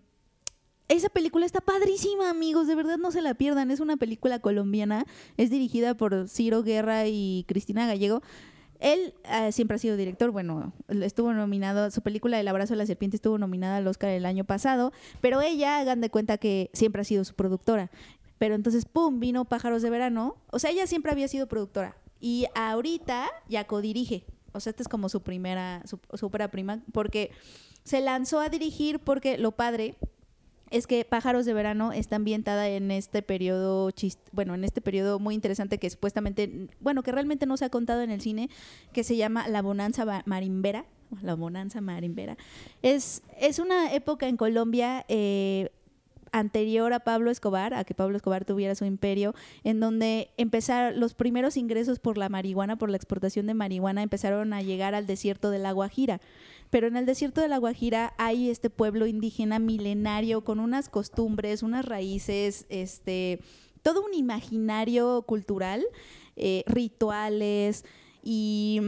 esa película está padrísima, amigos. De verdad no se la pierdan. Es una película colombiana. Es dirigida por Ciro Guerra y Cristina Gallego. Él eh, siempre ha sido director, bueno, estuvo nominado, su película El abrazo de la serpiente estuvo nominada al Oscar el año pasado, pero ella, hagan de cuenta que siempre ha sido su productora. Pero entonces, ¡pum!, vino Pájaros de Verano. O sea, ella siempre había sido productora. Y ahorita ya codirige. O sea, esta es como su primera, su, su ópera prima, porque se lanzó a dirigir porque lo padre es que Pájaros de Verano está ambientada en este periodo, chis- bueno, en este periodo muy interesante que supuestamente, bueno, que realmente no se ha contado en el cine, que se llama La Bonanza Ba- Marimbera. o La Bonanza Marimbera. Es, es una época en Colombia eh, anterior a Pablo Escobar, a que Pablo Escobar tuviera su imperio, en donde empezaron los primeros ingresos por la marihuana, por la exportación de marihuana, empezaron a llegar al desierto de la Guajira. Pero en el desierto de la Guajira hay este pueblo indígena milenario con unas costumbres, unas raíces, este, todo un imaginario cultural, eh, rituales y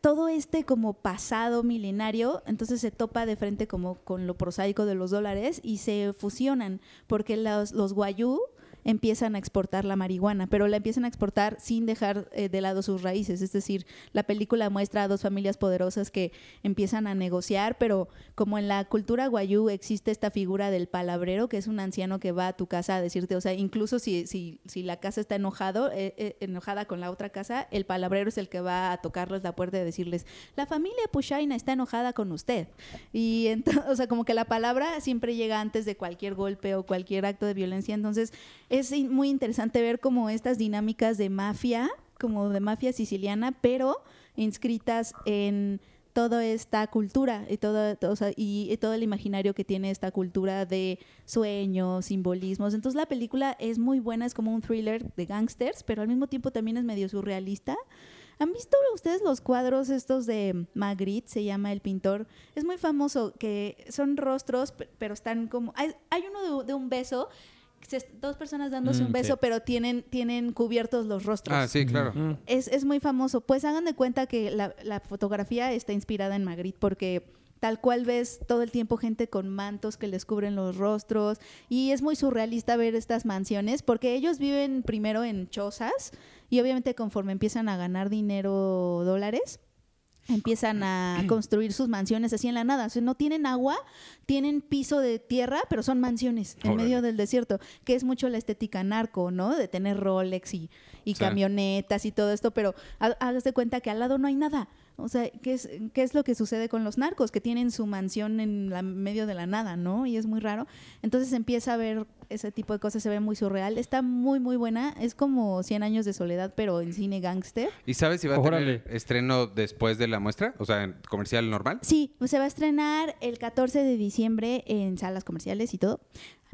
todo este como pasado milenario, entonces se topa de frente como con lo prosaico de los dólares y se fusionan, porque los, los guayú empiezan a exportar la marihuana, pero la empiezan a exportar sin dejar eh, de lado sus raíces. Es decir, la película muestra a dos familias poderosas que empiezan a negociar, pero como en la cultura guayú existe esta figura del palabrero, que es un anciano que va a tu casa a decirte, o sea, incluso si, si, si la casa está enojado, eh, eh, enojada con la otra casa, el palabrero es el que va a tocarles la puerta y a decirles, la familia Pushaina está enojada con usted. Y entonces, o sea, como que la palabra siempre llega antes de cualquier golpe o cualquier acto de violencia. Entonces, es in- muy interesante ver como estas dinámicas de mafia como de mafia siciliana, pero inscritas en toda esta cultura y todo, o sea, y, y todo el imaginario que tiene esta cultura de sueños, simbolismos. Entonces la película es muy buena, es como un thriller de gangsters, pero al mismo tiempo también es medio surrealista. ¿Han visto ustedes los cuadros estos de Magritte, se llama el pintor? Es muy famoso, que son rostros, pe- pero están como... Hay, hay uno de, de un beso, se est- dos personas dándose
Mm,
un beso,
sí.
pero tienen, tienen cubiertos los rostros.
Ah, sí, claro.
Mm.
Es, es muy famoso. Pues hagan de cuenta que la, la fotografía está inspirada en Magritte porque tal cual ves todo el tiempo gente con mantos que les cubren los rostros y es muy surrealista ver estas mansiones porque ellos viven primero en chozas y obviamente conforme empiezan a ganar dinero dólares empiezan a construir sus mansiones así en la nada. O sea, no tienen agua, tienen piso de tierra, pero son mansiones en
Órale.
medio del desierto, que es mucho la estética narco, ¿no? De tener Rolex y, y
Sí.
camionetas y todo esto, pero ha- hagas de cuenta que al lado no hay nada. O sea, ¿qué es, ¿qué es lo que sucede con los narcos? Que tienen su mansión en la medio de la nada, ¿no? Y es muy raro. Entonces empieza a ver ese tipo de cosas, se ve muy surreal. Está muy, muy buena. Es como 100 años de soledad, pero en cine gángster.
¿Y sabes si va a
Órale.
tener estreno después de la muestra? O sea, en comercial normal.
Sí, pues se va a estrenar el 14 de diciembre en salas comerciales y todo.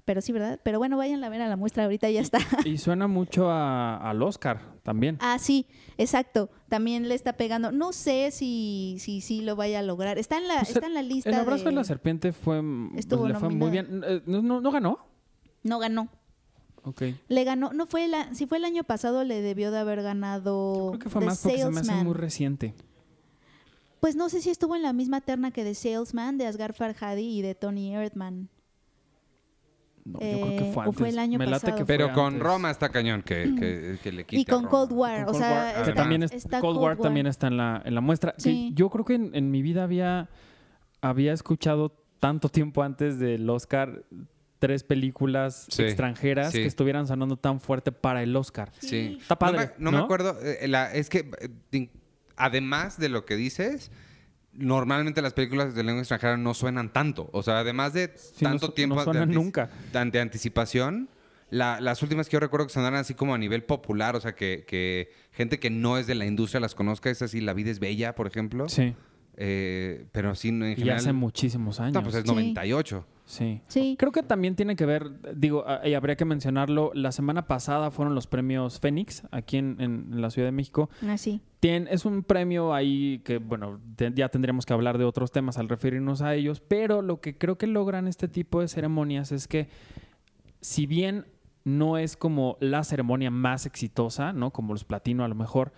Pero sí, ¿verdad? Pero bueno, vayan a ver a la muestra, ahorita ya está.
Y suena mucho a- al Oscar también.
Ah, sí, exacto. También le está pegando. No sé si si, sí lo vaya a lograr. Está en la,
Pues
está en la lista.
El abrazo de,
de-
la serpiente fue, mm, pues,
Estuvo
le fue muy
nominada.
bien. Eh, No, no- no ganó.
No ganó.
Ok.
Le ganó. No fue la. Si fue el año pasado, le debió de haber ganado.
Creo que fue
The
más porque se me hace
Salesman.
muy reciente.
Pues no sé si estuvo en la misma terna que The Salesman, de Asghar Farhadi y de Tony Erdman.
No, yo creo que
Eh,
fue
o
antes.
fue el año
me late
pasado.
que fue
Pero con
antes.
Roma está cañón que, que- que le quita.
Y con
Roma.
Cold War.
Con
o
Cold
sea,
War, ah, que
está-
también es-
está
Cold War también está en la, en la muestra. Que
Sí.
yo creo que en, en mi vida había, había escuchado tanto tiempo antes del Oscar tres películas
Sí,
extranjeras
sí.
que estuvieran sonando tan fuerte para el Oscar.
Sí.
Está padre,
No me, no me
¿no?
acuerdo. eh, la- es que, eh, tin- además de lo que dices, normalmente las películas de lengua extranjera no suenan tanto. O sea, además de
Sí, no
tanto
su- no
tiempo
suenan
antici-
nunca.
tan- de anticipación, la- las últimas que yo recuerdo que sonaron así como a nivel popular, o sea, que, que gente que no es de la industria las conozca, es así, La vida es bella, por ejemplo.
Sí.
Eh, pero sí, no, en
Y
general.
hace muchísimos años.
no, pues es
Sí.
98.
Sí.
Sí.
Creo que también tiene que ver, digo, ah, y habría que mencionarlo, la semana pasada fueron los premios Fénix aquí en, en- en la Ciudad de México.
Así.
Tien- es un premio ahí que, bueno, te- ya tendríamos que hablar de otros temas al referirnos a ellos, pero lo que creo que logran este tipo de ceremonias es que si bien no es como la ceremonia más exitosa, ¿no? Como los platino a lo mejor,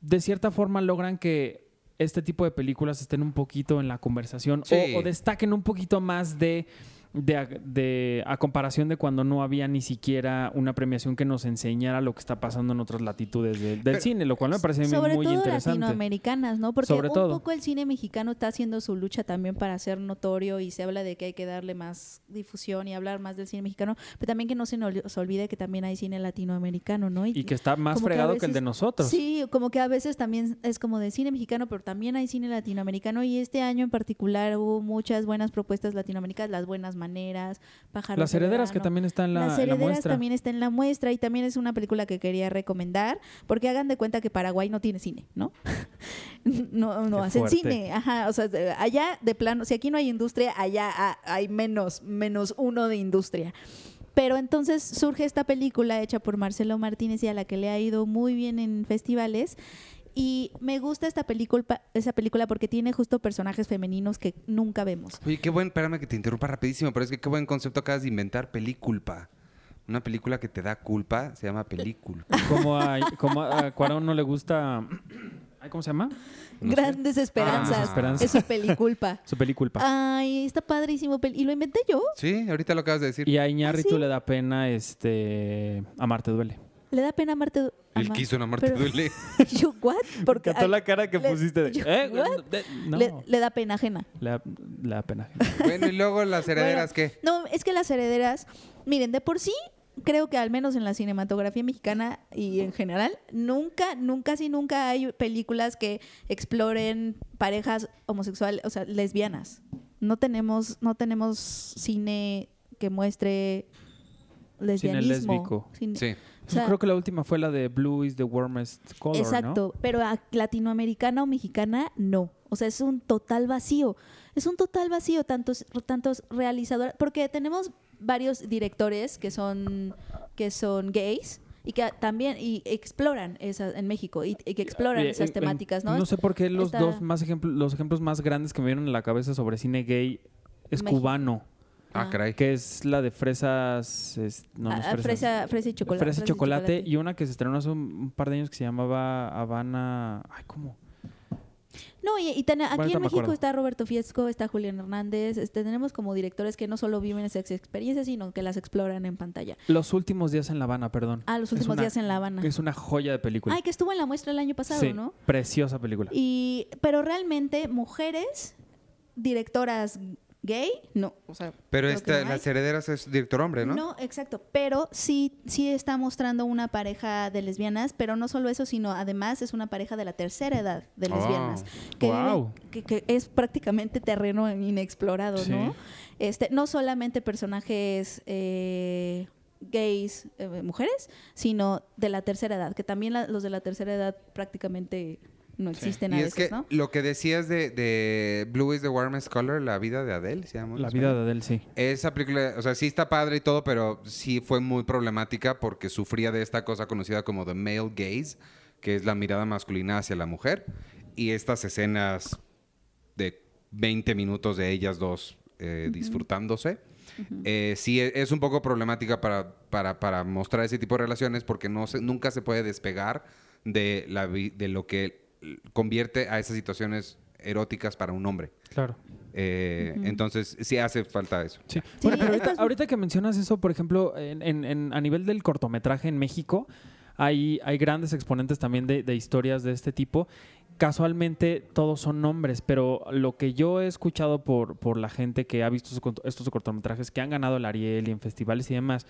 de cierta forma logran que este tipo de películas estén un poquito en la conversación o-
Sí.
o, destaquen un poquito más de, de, a- de- a comparación de cuando no había ni siquiera una premiación que nos enseñara lo que está pasando en otras latitudes de- del
Pero-
cine, lo cual me parece
Sobre
muy
todo
interesante.
latinoamericanas, ¿no? Porque
Sobre
un
todo.
poco el cine mexicano está haciendo su lucha también para ser notorio y se habla de que hay que darle más difusión y hablar más del cine mexicano, pero también que no se nos nos olvide que también hay cine latinoamericano, ¿no?
Y que está más
como que a
fregado que, el
veces-
de nosotros.
Sí, como que a veces también es como de cine mexicano, pero también hay cine latinoamericano y este año en particular hubo muchas buenas propuestas latinoamericanas, Las Buenas Maneras, Pájaros
Las
de
herederas que
Verano.
también están en la,
Las
en la
herederas
muestra.
también está en la muestra y también es una película que quería recomendar porque hagan de cuenta que Paraguay no tiene cine, ¿no? no no
Qué
hacen
fuerte.
cine, ajá, o sea, de- allá de plano, si aquí no hay industria, allá ah, hay menos, menos uno de industria. Pero entonces surge esta película hecha por Marcelo Martínez y a la que le ha ido muy bien en festivales. Y me gusta esta película, esa película porque tiene justo personajes femeninos que nunca vemos.
Oye, qué buen, espérame que te interrumpa rapidísimo, pero es que qué buen concepto acabas de inventar, película. Una película que te da culpa se llama película.
Como a, como a Cuarón no le gusta... ay, ¿Cómo se llama? Ah,
Grandes esperanzas.
Grandes Esperanzas.
Es su película.
Su película.
Ah, Ay, está padrísimo. pel- Y lo inventé yo.
Sí, ahorita lo acabas de decir.
Y a Iñárritu
¿Ah, sí?
le da pena este Amarte duele.
Le da pena amarte. du-
Él
ama-
quiso enamorarte
pero-
duele.
yo, ¿what? Porque.
Encantó
ay,
la cara que
le-
pusiste de,
yo,
"¿Eh?
what?"
De- no.
le, le da pena ajena.
Le da- le da pena.
Bueno, y luego las herederas,
Bueno,
¿qué?
No, es que las herederas, miren, de por sí, creo que al menos en la cinematografía mexicana y en general, nunca, nunca, sí, nunca hay películas que exploren parejas homosexuales, o sea, lesbianas. No tenemos, no tenemos cine que muestre lesbianismo.
lésbico.
Cine-
Sí.
O sea,
creo que la última fue la de Blue is the warmest color, ¿no?
Exacto, pero a latinoamericana o mexicana no. O sea, es un total vacío. Es un total vacío, tantos, tantos realizadores. Porque tenemos varios directores que son, que son gays y que también y exploran esas en México y, y que exploran
Eh,
esas
en-
temáticas, ¿no?
No sé por qué los
Está-
dos más ejemplos, los ejemplos más grandes que me vienen a la cabeza sobre cine gay es
México.
cubano,
Ah,
Ah.
caray.
que es la de fresas, es- no, no
Ah,
es
ah,
fresas.
fresa, fresa y chocolate.
Fresa y chocolate, y una que se estrenó hace un un par de años que se llamaba Habana, ay, ¿cómo?
No, y, y ten- aquí
Ahorita
en
me
México
acuerdo.
está Roberto Fiesco, está Julián Hernández, este, tenemos como directores que no solo viven esas experiencias, sino que las exploran en pantalla.
Los últimos días en La Habana, perdón.
Ah, los
Es
últimos
una-
días en La Habana.
Es una joya de película.
Ay, que estuvo en la muestra el año pasado,
Sí,
¿no?
Preciosa película.
Y, pero realmente, mujeres, directoras gay, no. O sea,
Pero
creo que
esta,
no hay.
las herederas es director hombre, ¿no?
No, exacto. Pero sí, sí está mostrando una pareja de lesbianas, pero no solo eso, sino además es una pareja de la tercera edad de
Oh,
lesbianas. Que,
guau.
viven- que, que es prácticamente terreno inexplorado,
Sí.
¿no? Este, no solamente personajes eh, gays, eh, mujeres, sino de la tercera edad, que también la- los de la tercera edad prácticamente no existen
Y
a
es
veces,
que
¿no?
lo que decías de, de Blue is the warmest color, la vida de Adele, se llama. en
La
español.
vida de Adele, sí.
Esa película, o sea, sí está padre y todo, pero sí fue muy problemática porque sufría de esta cosa conocida como the male gaze, que es la mirada masculina hacia la mujer, y estas escenas de 20 minutos de ellas dos eh, disfrutándose. eh, sí, e- es un poco problemática para, para, para mostrar ese tipo de relaciones porque no se- nunca se puede despegar de, la, vi- de lo que convierte a esas situaciones eróticas para un hombre.
Claro.
Eh, Entonces, sí hace falta eso.
Sí. Bueno, pero
estas-
ahorita, ahorita que mencionas eso, por ejemplo, en, en- en- a nivel del cortometraje en México, hay, hay grandes exponentes también de, de historias de este tipo. Casualmente todos son hombres, pero lo que yo he escuchado por, por la gente que ha visto estos cort- estos cortometrajes, que han ganado el Ariel y en festivales y demás,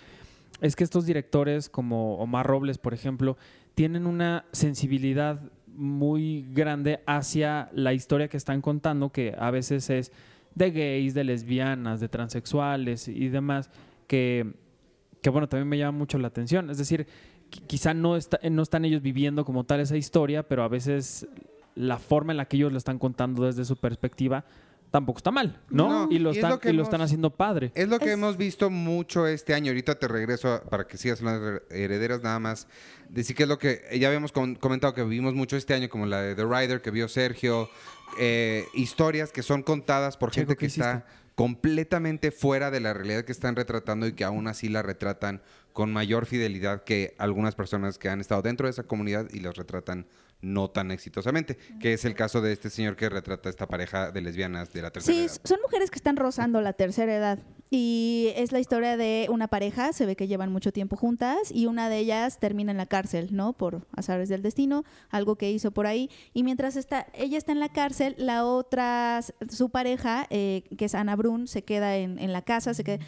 es que estos directores como Omar Robles, por ejemplo, tienen una sensibilidad muy grande hacia la historia que están contando, que a veces es de gays, de lesbianas, de transexuales y demás, que, que, bueno, también me llama mucho la atención. Es decir, qui- quizá no, está- no están ellos viviendo como tal esa historia, pero a veces la forma en la que ellos lo están contando desde su perspectiva tampoco está mal, ¿no?
No,
y lo
y es
están,
lo que
y lo
hemos- Eh,
están haciendo padre.
Es lo que
Es-
hemos visto mucho este año. Ahorita te regreso a- para que sigas hablando de herederas nada más. Decir que es lo que ya habíamos com- comentado que vivimos mucho este año, como la de The Rider que vio Sergio. eh, historias que son contadas por
Checo,
gente que
¿qué hiciste?
está completamente fuera de la realidad que están retratando y que aún así la retratan con mayor fidelidad que algunas personas que han estado dentro de esa comunidad y las retratan no tan exitosamente, que es el caso de este señor que retrata a esta pareja de lesbianas de la tercera
Sí,
edad.
son mujeres que están rozando la tercera edad. Y es la historia de una pareja, se ve que llevan mucho tiempo juntas y una de ellas termina en la cárcel, ¿no? Por azares del destino, algo que hizo por ahí. Y mientras está, ella está en la cárcel, la otra, s- su pareja, eh, que es Ana Brun, se queda en, en la casa, se queda,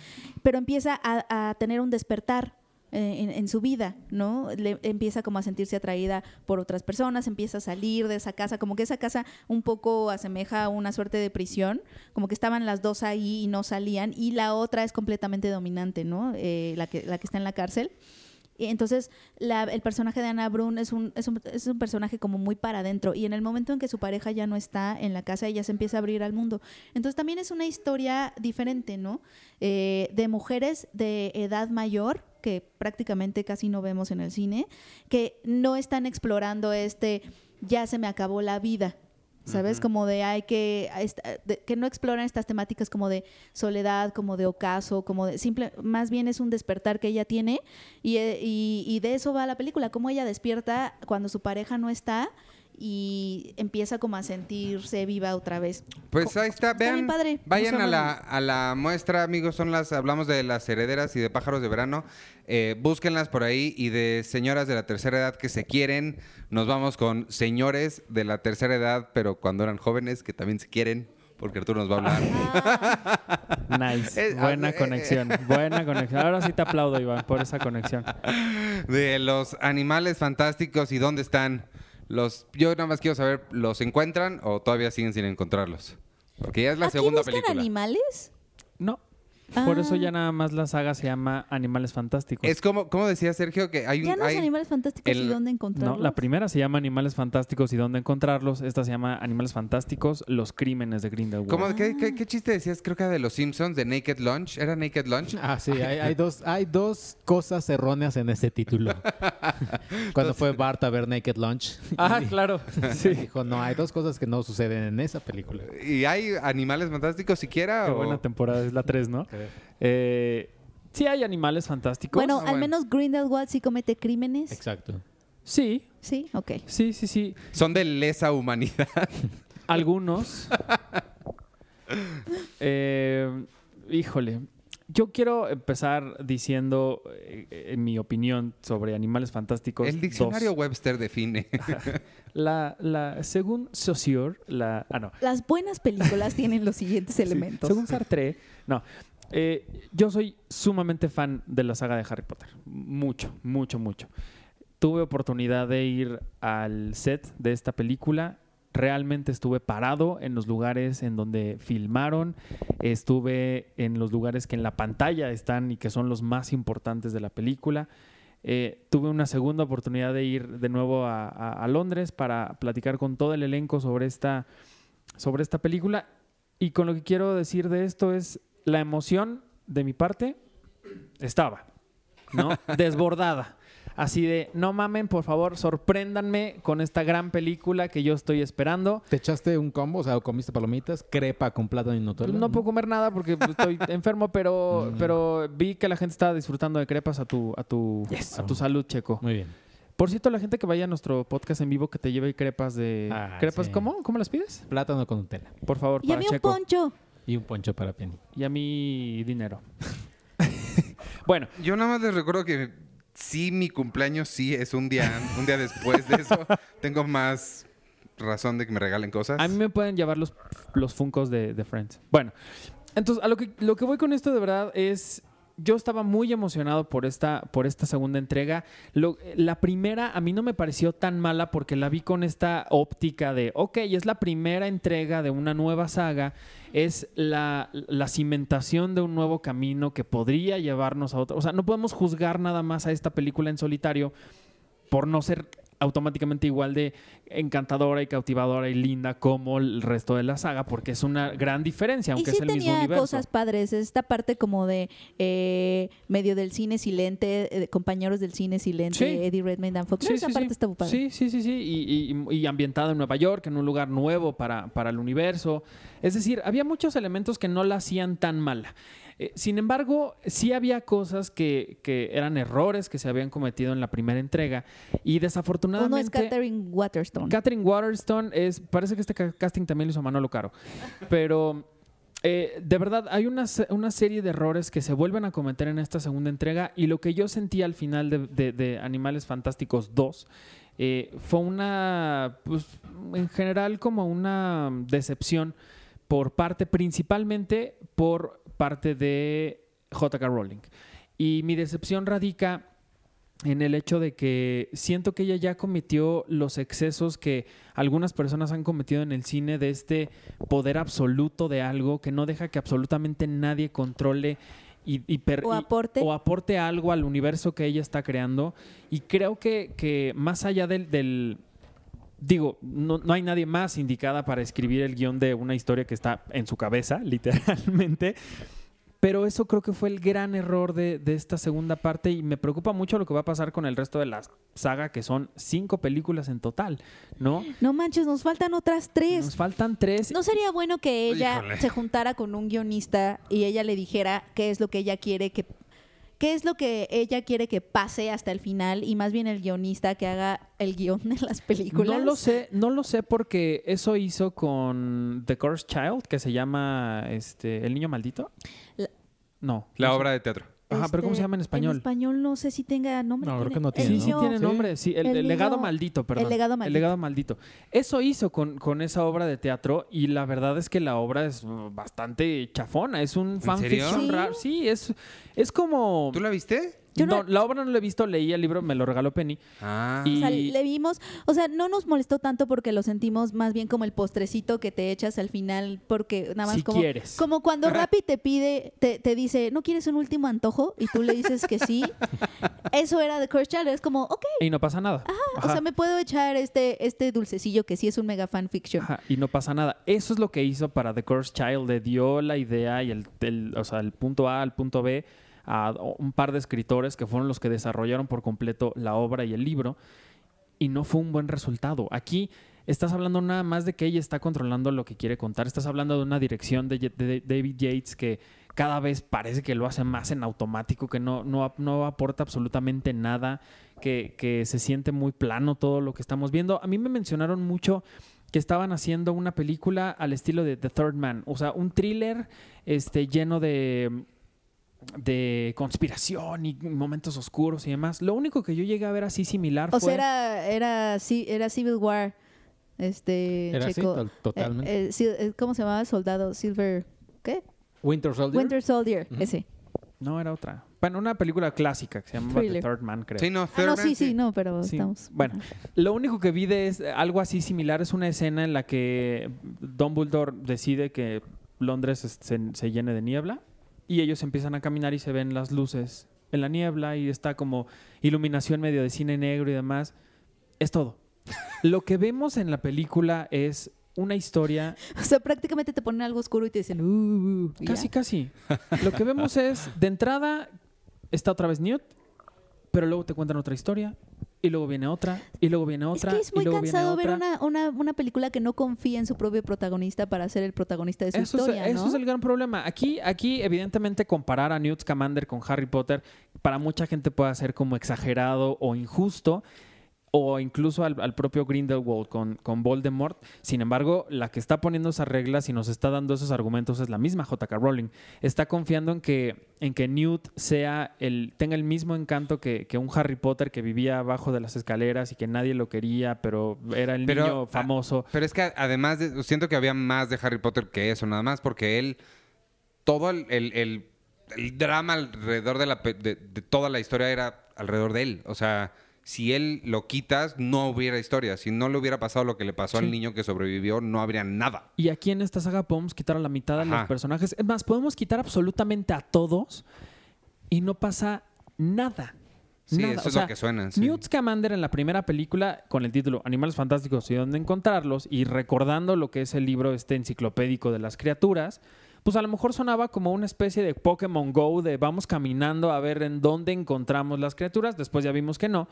pero empieza a, a tener un despertar eh, en, en su vida, ¿no? Le- empieza como a sentirse atraída por otras personas, empieza a salir de esa casa, como que esa casa un poco asemeja a una suerte de prisión, como que estaban las dos ahí y no salían, y la otra es completamente dominante, ¿no? Eh, la, que, la que está en la cárcel. Y entonces la- el personaje de Ana Brun es un, es, un, es un personaje como muy para adentro y en el momento en que su pareja ya no está en la casa, ella se empieza a abrir al mundo. Entonces también es una historia diferente, ¿no? Eh, de mujeres de edad mayor que prácticamente casi no vemos en el cine, que no están explorando este ya se me acabó la vida, ¿sabes? Como de hay que, est- de- que no exploran estas temáticas como de soledad, como de ocaso, como de simple, más bien es un despertar que ella tiene y, eh, y- y de eso va la película, cómo ella despierta cuando su pareja no está y empieza como a sentirse viva otra vez.
Pues ahí está,
Está
vean.
bien padre.
Vayan a
Vamos a
la, a la muestra, amigos. Son las, hablamos de las herederas y de pájaros de verano. Eh, búsquenlas por ahí y de señoras de la tercera edad que se quieren. Nos vamos con señores de la tercera edad, pero cuando eran jóvenes que también se quieren, porque Arturo nos va a hablar.
Ah,
Nice.
Eh, eh,
buena
eh. Ah.
conexión. Buena conexión. Ahora sí te aplaudo, Iván, por esa conexión.
de los animales fantásticos y dónde están. Los, yo nada más quiero saber, ¿los encuentran o todavía siguen sin encontrarlos? Porque ya es la
¿Aquí
segunda
buscan
película.
animales?
No. Por eso
Ah.
ya nada más la saga se llama Animales Fantásticos.
Es como, como decía Sergio, que hay un...
Ya no es
hay-
animales fantásticos y
el-
dónde encontrarlos.
No, la primera se llama Animales Fantásticos y dónde encontrarlos. Esta se llama Animales Fantásticos, los crímenes de Grindelwald.
¿cómo- qué, qué- qué chiste decías? Creo que era de los Simpsons, de Naked Lunch. ¿Era Naked Lunch?
Ah, sí, hay, hay dos, hay dos cosas erróneas en ese título. Cuando fue Bart a ver Naked Lunch.
Ah, claro. Sí.
Dijo, no, hay dos cosas que no suceden en esa película.
¿Y hay animales fantásticos siquiera?
Qué
o-
buena temporada, es la 3, ¿no? Eh, sí hay animales fantásticos.
bueno,
Ah,
al
bueno.
menos Grindelwald sí comete crímenes.
Exacto.
Sí,
Sí, ok.
sí, sí, sí.
Son de lesa humanidad.
Algunos. Eh, híjole. Yo quiero empezar diciendo eh, eh, mi opinión sobre animales fantásticos.
El
dos.
diccionario Webster define.
La, la, según Saussure, la. Ah, no.
Las buenas películas tienen los siguientes elementos.
Según Sartre, no. Eh, yo soy sumamente fan de la saga de Harry Potter. Mucho, mucho, mucho. Tuve oportunidad de ir al set de esta película. Realmente estuve parado en los lugares en donde filmaron. Estuve en los lugares que en la pantalla están y que son los más importantes de la película. Eh, tuve una segunda oportunidad de ir de nuevo a, a- a Londres para platicar con todo el elenco sobre esta, sobre esta película. Y con lo que quiero decir de esto es la emoción de mi parte estaba, ¿no? Desbordada. Así de, no mamen, por favor, sorpréndanme con esta gran película que yo estoy esperando.
¿Te echaste un combo? O sea, comiste palomitas, crepa con plátano y Nutella.
No puedo comer nada porque pues, estoy enfermo, pero,
Mm.
pero vi que la gente estaba disfrutando de crepas a tu, a tu,
Yes.
a tu salud, Checo.
Muy bien.
Por cierto, la gente que vaya a nuestro podcast en vivo que te lleve crepas de...
Ah,
¿Crepas
sí.
cómo? ¿Cómo las pides?
Plátano con Nutella.
Por favor,
y a
para
mí un
Checo.
poncho.
Y un poncho para Penny.
Y a mí dinero. bueno,
Yo nada más les recuerdo que sí, mi cumpleaños sí es un día, an- un día después de eso. Tengo más razón de que me regalen cosas.
A mí me pueden llevar los, los Funcos de, de Friends. Bueno, entonces a lo que, lo que voy con esto de verdad es. Yo estaba muy emocionado por esta, por esta segunda entrega. Lo- la primera a mí no me pareció tan mala porque la vi con esta óptica de, ok, es la primera entrega de una nueva saga, es la, la cimentación de un nuevo camino que podría llevarnos a otro. O sea, no podemos juzgar nada más a esta película en solitario por no ser automáticamente igual de encantadora y cautivadora y linda como el resto de la saga, porque es una gran
Y
diferencia, aunque
sí
es el mismo
tenía
universo.
cosas padres. Esta parte como de eh, medio del cine silente, eh, de compañeros del cine silente,
Sí.
Eddie Redmayne, Dan Fox. Esa parte está muy padre.
sí, sí, sí, sí. Y, y- y ambientada en Nueva York, en un lugar nuevo para, para el universo. Es decir, había muchos elementos que no la hacían tan mala. Eh, sin embargo, sí había cosas que, que eran errores que se habían cometido en la primera entrega. Y
Uno
desafortunadamente...
es Catherine Waterstone.
Catherine Waterstone es. Parece que este ca- casting también lo hizo Manolo Caro. Pero. eh, de verdad, hay una, se- una serie de errores que se vuelven a cometer en esta segunda entrega y lo que yo sentí al final de, de- de Animales Fantásticos 2 eh, fue una, pues, en general como una decepción por parte, principalmente por parte de JK Rowling. Y mi decepción radica en el hecho de que siento que ella ya cometió los excesos que algunas personas han cometido en el cine de este poder absoluto de algo que no deja que absolutamente nadie controle y, y per-
O
y-
aporte.
o aporte algo al universo que ella está creando. Y creo que, que más allá del... del- Digo, no, no hay nadie más indicada para escribir el guión de una historia que está en su cabeza, literalmente. Pero eso creo que fue el gran error de, de esta segunda parte y me preocupa mucho lo que va a pasar con el resto de la saga, que son cinco películas en total, ¿no?
No manches, nos faltan otras tres.
Nos faltan tres.
¿No sería bueno que ella
Híjole.
se juntara con un guionista y ella le dijera qué es lo que ella quiere que qué es lo que ella quiere que pase hasta el final y más bien el guionista que haga el guión de las películas?
No lo sé, no lo sé porque eso hizo con The Cursed Child, que se llama este, El Niño Maldito.
La-
no.
La
no sé.
obra de teatro.
Ajá, pero ¿cómo
Este,
se llama en español?
En español no sé si tenga nombre.
No, creo que no
El
tiene,
Sí, sí
¿no?
guión.
tiene
Sí.
nombre, sí, el,
El
el legado
niño-
maldito, perdón.
el legado maldito.
maldito. Eso hizo con, con esa obra de teatro y la verdad es que la obra es mm, bastante chafona, es
serio?
un fanfiction
¿Sí?
raro. Sí, es, es como...
¿Tú la viste?
Yo
no,
no-
la obra no la he visto, leí el libro, me lo regaló Penny.
Ah.
O
Y-
sea, le vimos, o sea, no nos molestó tanto porque lo sentimos más bien como el postrecito que te echas al final, porque nada más
Si
como,
quieres.
como cuando Rappi te pide, te, te dice, ¿no quieres un último antojo? Y tú le dices que sí. Eso era de Crush Child, es como, ok,
Y no pasa nada.
o
Ajá.
sea, me puedo echar este, este dulcecillo que sí es un mega fanfiction.
Ajá, y no pasa nada. Eso es lo que hizo para The Curse Child. Le dio la idea y el, el- o sea, el punto A al punto B a un par de escritores que fueron los que desarrollaron por completo la obra y el libro. Y no fue un buen resultado. Aquí estás hablando nada más de que ella está controlando lo que quiere contar. Estás hablando de una dirección de, Ye- de David Yates que cada vez parece que lo hace más en automático, que no, no, ap- no aporta absolutamente nada, que, que se siente muy plano todo lo que estamos viendo. A mí me mencionaron mucho que estaban haciendo una película al estilo de The Third Man, o sea, un thriller este, lleno de, de conspiración y momentos oscuros y demás. Lo único que yo llegué a ver así similar
O
fue...
sea, era, era, ci- era Civil War, este,
Era así,
checo.
to- totalmente.
Eh, eh, sí, eh, ¿Cómo se llamaba? Soldado Silver, ¿qué?
Winter Soldier.
Winter Soldier,
Ujú.
ese.
No, era otra. Bueno, una película clásica que se llamaba
Thriller.
The Third Man, creo.
Sí, no,
Ah, no,
Thurman,
sí, sí, no, pero
Sí.
estamos.
Bueno, lo único que vi de es algo así similar es una escena en la que Dumbledore decide que Londres es- se, se llene de niebla y ellos empiezan a caminar y se ven las luces en la niebla y está como iluminación medio de cine negro y demás. Es todo. Lo que vemos en la película es una historia
O sea, prácticamente te ponen algo oscuro y te dicen, uh, y ya.
Casi, casi. Lo que vemos es, de entrada, está otra vez Newt, pero luego te cuentan otra historia, y luego viene otra, y luego viene otra,
es que es
y
muy
luego
cansado
viene
ver
otra.
una, una, una película que no confía en su propio protagonista para ser el protagonista de su
eso,
historia,
es,
¿no?
eso es el gran problema. Aquí, aquí, evidentemente, comparar a Newt Scamander con Harry Potter, para mucha gente puede ser como exagerado o injusto, o incluso al, al propio Grindelwald con, con Voldemort. Sin embargo, la que está poniendo esas reglas y nos está dando esos argumentos es la misma J.K. Rowling. Está confiando en que, en que Newt sea el, tenga el mismo encanto que, que un Harry Potter que vivía abajo de las escaleras y que nadie lo quería, pero era el
Pero,
niño
ah,
famoso.
Pero es que además, de- siento que había más de Harry Potter que eso, nada más, porque él, todo el, el- el- el drama alrededor de, la, pe- de, de toda la historia era alrededor de él. O sea, si él lo quitas, no hubiera historia. Si no le hubiera pasado lo que le pasó
Sí.
al niño que sobrevivió, no habría nada.
Y aquí en esta saga podemos quitar a la mitad de los
Ajá.
personajes. Es más, podemos quitar absolutamente a todos y no pasa nada.
Sí,
Nada.
eso
O
es
sea,
lo que suena. sí.
Newt Scamander en la primera película con el título Animales Fantásticos y dónde encontrarlos y recordando lo que es el libro este enciclopédico de las criaturas, pues a lo mejor sonaba como una especie de Pokémon Go de vamos caminando a ver en dónde encontramos las criaturas, después ya vimos que no,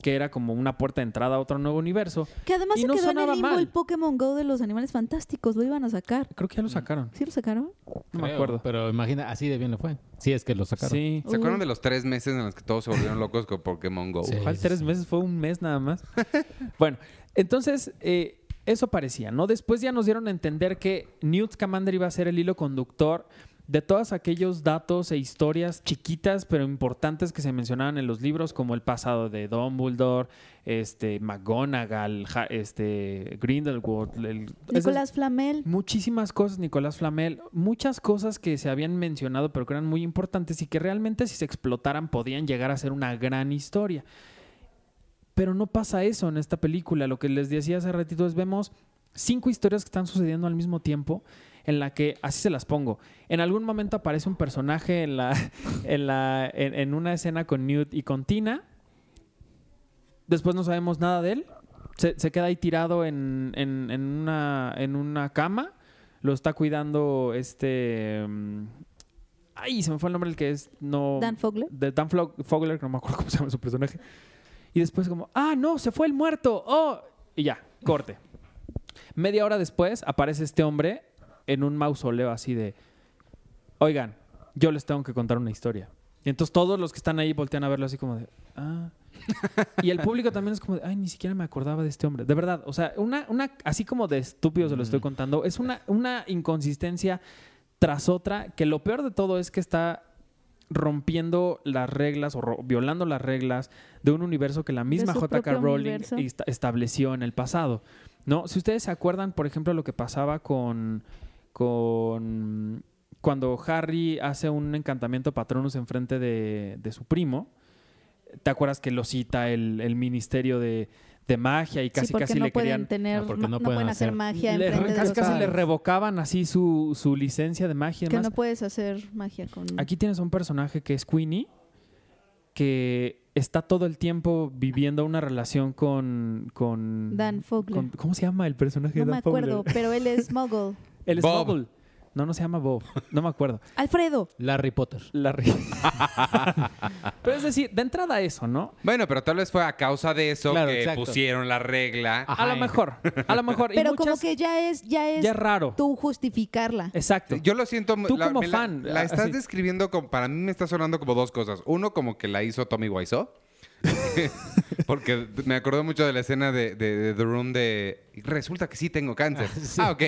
que era como una puerta de entrada a otro nuevo universo.
Que además
Y
se
no
quedó en el
sonaba
limbo
mal.
el Pokémon GO de los animales fantásticos, lo iban a sacar.
Creo que ya lo sacaron,
¿Sí lo sacaron?
no me
Mm, Creo,
acuerdo.
Pero imagina, así de bien le fue. Sí, es que lo sacaron.
Sí.
¿Se acuerdan de los tres meses en los que todos se volvieron locos con Pokémon Go?
Sí.
¿Cuál tres meses? Fue un mes nada más. bueno, entonces, eh, eso parecía, ¿no? Después ya nos dieron a entender que Newt Scamander iba a ser el hilo conductor de todos aquellos datos e historias chiquitas pero importantes que se mencionaban en los libros, como el pasado de Dumbledore, este, McGonagall, Ja- este, Grindelwald, el, esas-
Nicolás Flamel.
Muchísimas cosas, Nicolás Flamel, muchas cosas que se habían mencionado pero que eran muy importantes y que realmente si se explotaran podían llegar a ser una gran historia. Pero no pasa eso en esta película. Lo que les decía hace ratito es vemos cinco historias que están sucediendo al mismo tiempo en la que, así se las pongo, en algún momento aparece un personaje en, la, en, la, en, en una escena con Newt y con Tina. Después no sabemos nada de él. Se, se queda ahí tirado en, en- en una, en una cama. Lo está cuidando este... mm, Ay, se me fue el nombre el que es... No,
Dan Fogler.
de Dan Flo- Fogler, que no me acuerdo cómo se llama su personaje. Y después como, ah, no, se fue el muerto. Oh, y ya, corte. Media hora después aparece este hombre en un mausoleo así de, oigan, yo les tengo que contar una historia. Y entonces todos los que están ahí voltean a verlo así como de, ah. Y el público también es como de, ay, ni siquiera me acordaba de este hombre. De verdad, o sea, una, una así como de estúpido se lo
Mm.
estoy contando, es una, una inconsistencia tras otra, que lo peor de todo es que está rompiendo las reglas o ro- violando las reglas de un universo que la misma
su
J.K.
propio
Rowling
universo.
esta- estableció en el pasado. ¿No? Si ustedes se acuerdan, por ejemplo, lo que pasaba con con cuando Harry hace un encantamiento patronus enfrente de, de su primo, ¿te acuerdas que lo cita el, el ministerio de, de magia y casi
sí, porque
casi
no
le
pueden
querían...
tener,
No,
no,
porque
no pueden hacer magia
le-
enfrente de
casi
los
casi le
padres.
revocaban así su, su licencia de magia. y
que
demás.
no puedes hacer magia con
Aquí tienes a un personaje que es Queenie, que está todo el tiempo viviendo una relación con. con
Dan Fogler.
con- ¿Cómo se llama el personaje
no
de
me
Dan Fogler?
acuerdo, pero él es Muggle.
El es
Bob.
Bubble. No, no se llama Bob. No me acuerdo.
Alfredo.
Larry Potter.
La ri- Pero es decir, de entrada eso, ¿no?
Bueno, pero tal vez fue a causa de eso
Claro,
que
exacto.
pusieron la regla.
Ah. Ajá,
a lo
eh.
mejor. A lo mejor. Y
Pero como
muchas-
que ya es, ya es
Ya es raro.
tú justificarla.
Exacto.
Yo lo siento.
Tú como
me la-
fan,
La,
ah,
estás
sí.
describiendo como. Para mí me está sonando como dos cosas. Uno, como que la hizo Tommy Wiseau. Porque me acordó mucho de la escena de, de- de The Room de. Resulta que sí tengo cáncer. Ah, ok.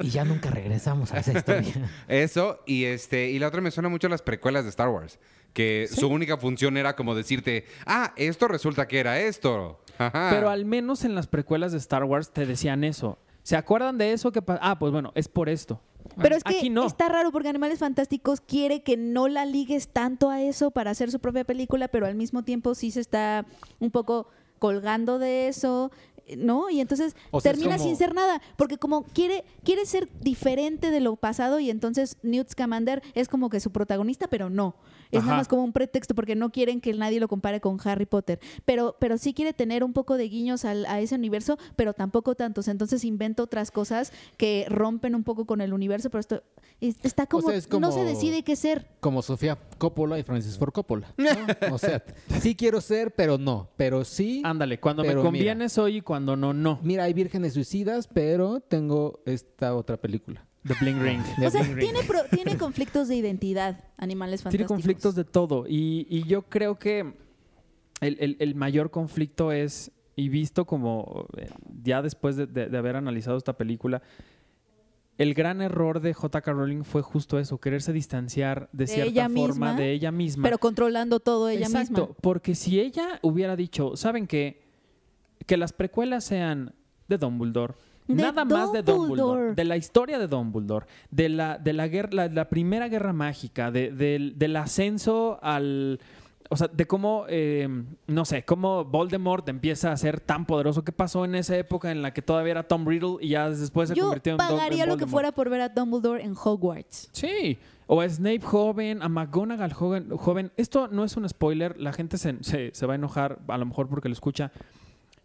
Y ya nunca regresamos a esa historia.
Eso, y este, y la otra me suena mucho a las precuelas de Star Wars. Que su única función era como decirte, ah, esto resulta que era esto. Ajá.
Pero al menos en las precuelas de Star Wars te decían eso. ¿Se acuerdan de eso? que pa- Ah, pues bueno, es por esto.
Pero es que
Aquí no.
está raro porque Animales Fantásticos quiere que no la ligues tanto a eso para hacer su propia película, pero al mismo tiempo sí se está un poco colgando de eso, eh, ¿no? Y entonces
O sea, es
termina
como-
sin ser nada, porque como quiere quiere ser diferente de lo pasado y entonces Newt Scamander es como que su protagonista, pero no. Es
Ajá.
nada más como un pretexto porque no quieren que nadie lo compare con Harry Potter, pero pero sí quiere tener un poco de guiños al- a ese universo, pero tampoco tantos, entonces inventa otras cosas que rompen un poco con el universo, pero esto es- está como,
sea, es como-
no se decide qué ser.
Como Sofía Coppola y Francis Ford Coppola. ¿no? O sea, sí quiero ser, pero no. Pero sí.
Ándale, cuando me
Pero mira.
conviene soy y cuando no, no.
Mira, hay vírgenes suicidas, pero tengo esta otra película.
The Bling Ring.
O sea, tiene, pro- tiene conflictos de identidad, animales
Tiene
fantásticos.
conflictos de todo. Y, y yo creo que el, el- el mayor conflicto es, y visto como eh, ya después de, de- de haber analizado esta película, el gran error de J.K. Rowling fue justo eso, quererse distanciar de,
De
cierta
ella
forma
misma,
de ella misma.
Pero controlando todo ella
Exacto,
misma.
porque si ella hubiera dicho, ¿saben qué? Que las precuelas sean de Dumbledore.
De
Nada más de
Dumbledore.
Dumbledore, de la historia de Dumbledore, de la, de la, guerra, la, la primera guerra mágica, de- del- del ascenso al. O sea, de cómo, eh, no sé, cómo Voldemort empieza a ser tan poderoso. ¿Qué pasó en esa época en la que todavía era Tom Riddle y ya después se
Yo
convirtió en Dum- en
pagaría lo que
Voldemort?
fuera por ver a Dumbledore en Hogwarts.
Sí. O a Snape joven, a McGonagall joven. joven. Esto no es un spoiler. La gente se, se- se va a enojar, a lo mejor porque lo escucha.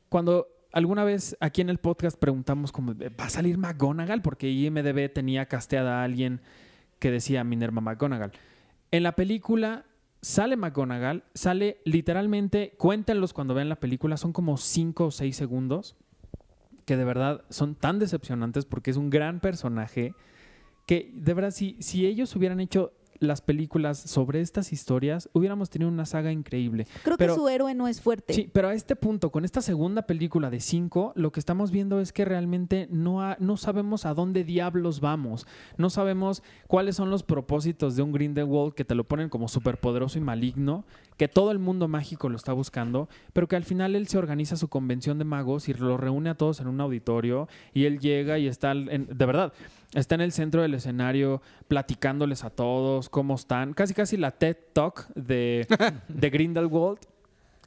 Cuando alguna vez aquí en el podcast preguntamos como, ¿va a salir McGonagall? Porque IMDB tenía casteada a alguien que decía Minerva McGonagall. En la película sale McGonagall, sale literalmente, cuéntenlos cuando vean la película, son como 5 o 6 segundos que de verdad son tan decepcionantes porque es un gran personaje que de verdad si, si ellos hubieran hecho las películas sobre estas historias, hubiéramos tenido una saga increíble.
Creo
Pero-
que su héroe no es fuerte.
Sí, pero a este punto, con esta segunda película de 5, lo que estamos viendo es que realmente no, ha- no sabemos a dónde diablos vamos. No sabemos cuáles son los propósitos de un Grindelwald que te lo ponen como superpoderoso y maligno, que todo el mundo mágico lo está buscando, pero que al final él se organiza su convención de magos y lo reúne a todos en un auditorio y él llega y está, al- en- de verdad, está en el centro del escenario platicándoles a todos cómo están. Casi casi la TED Talk de, de Grindelwald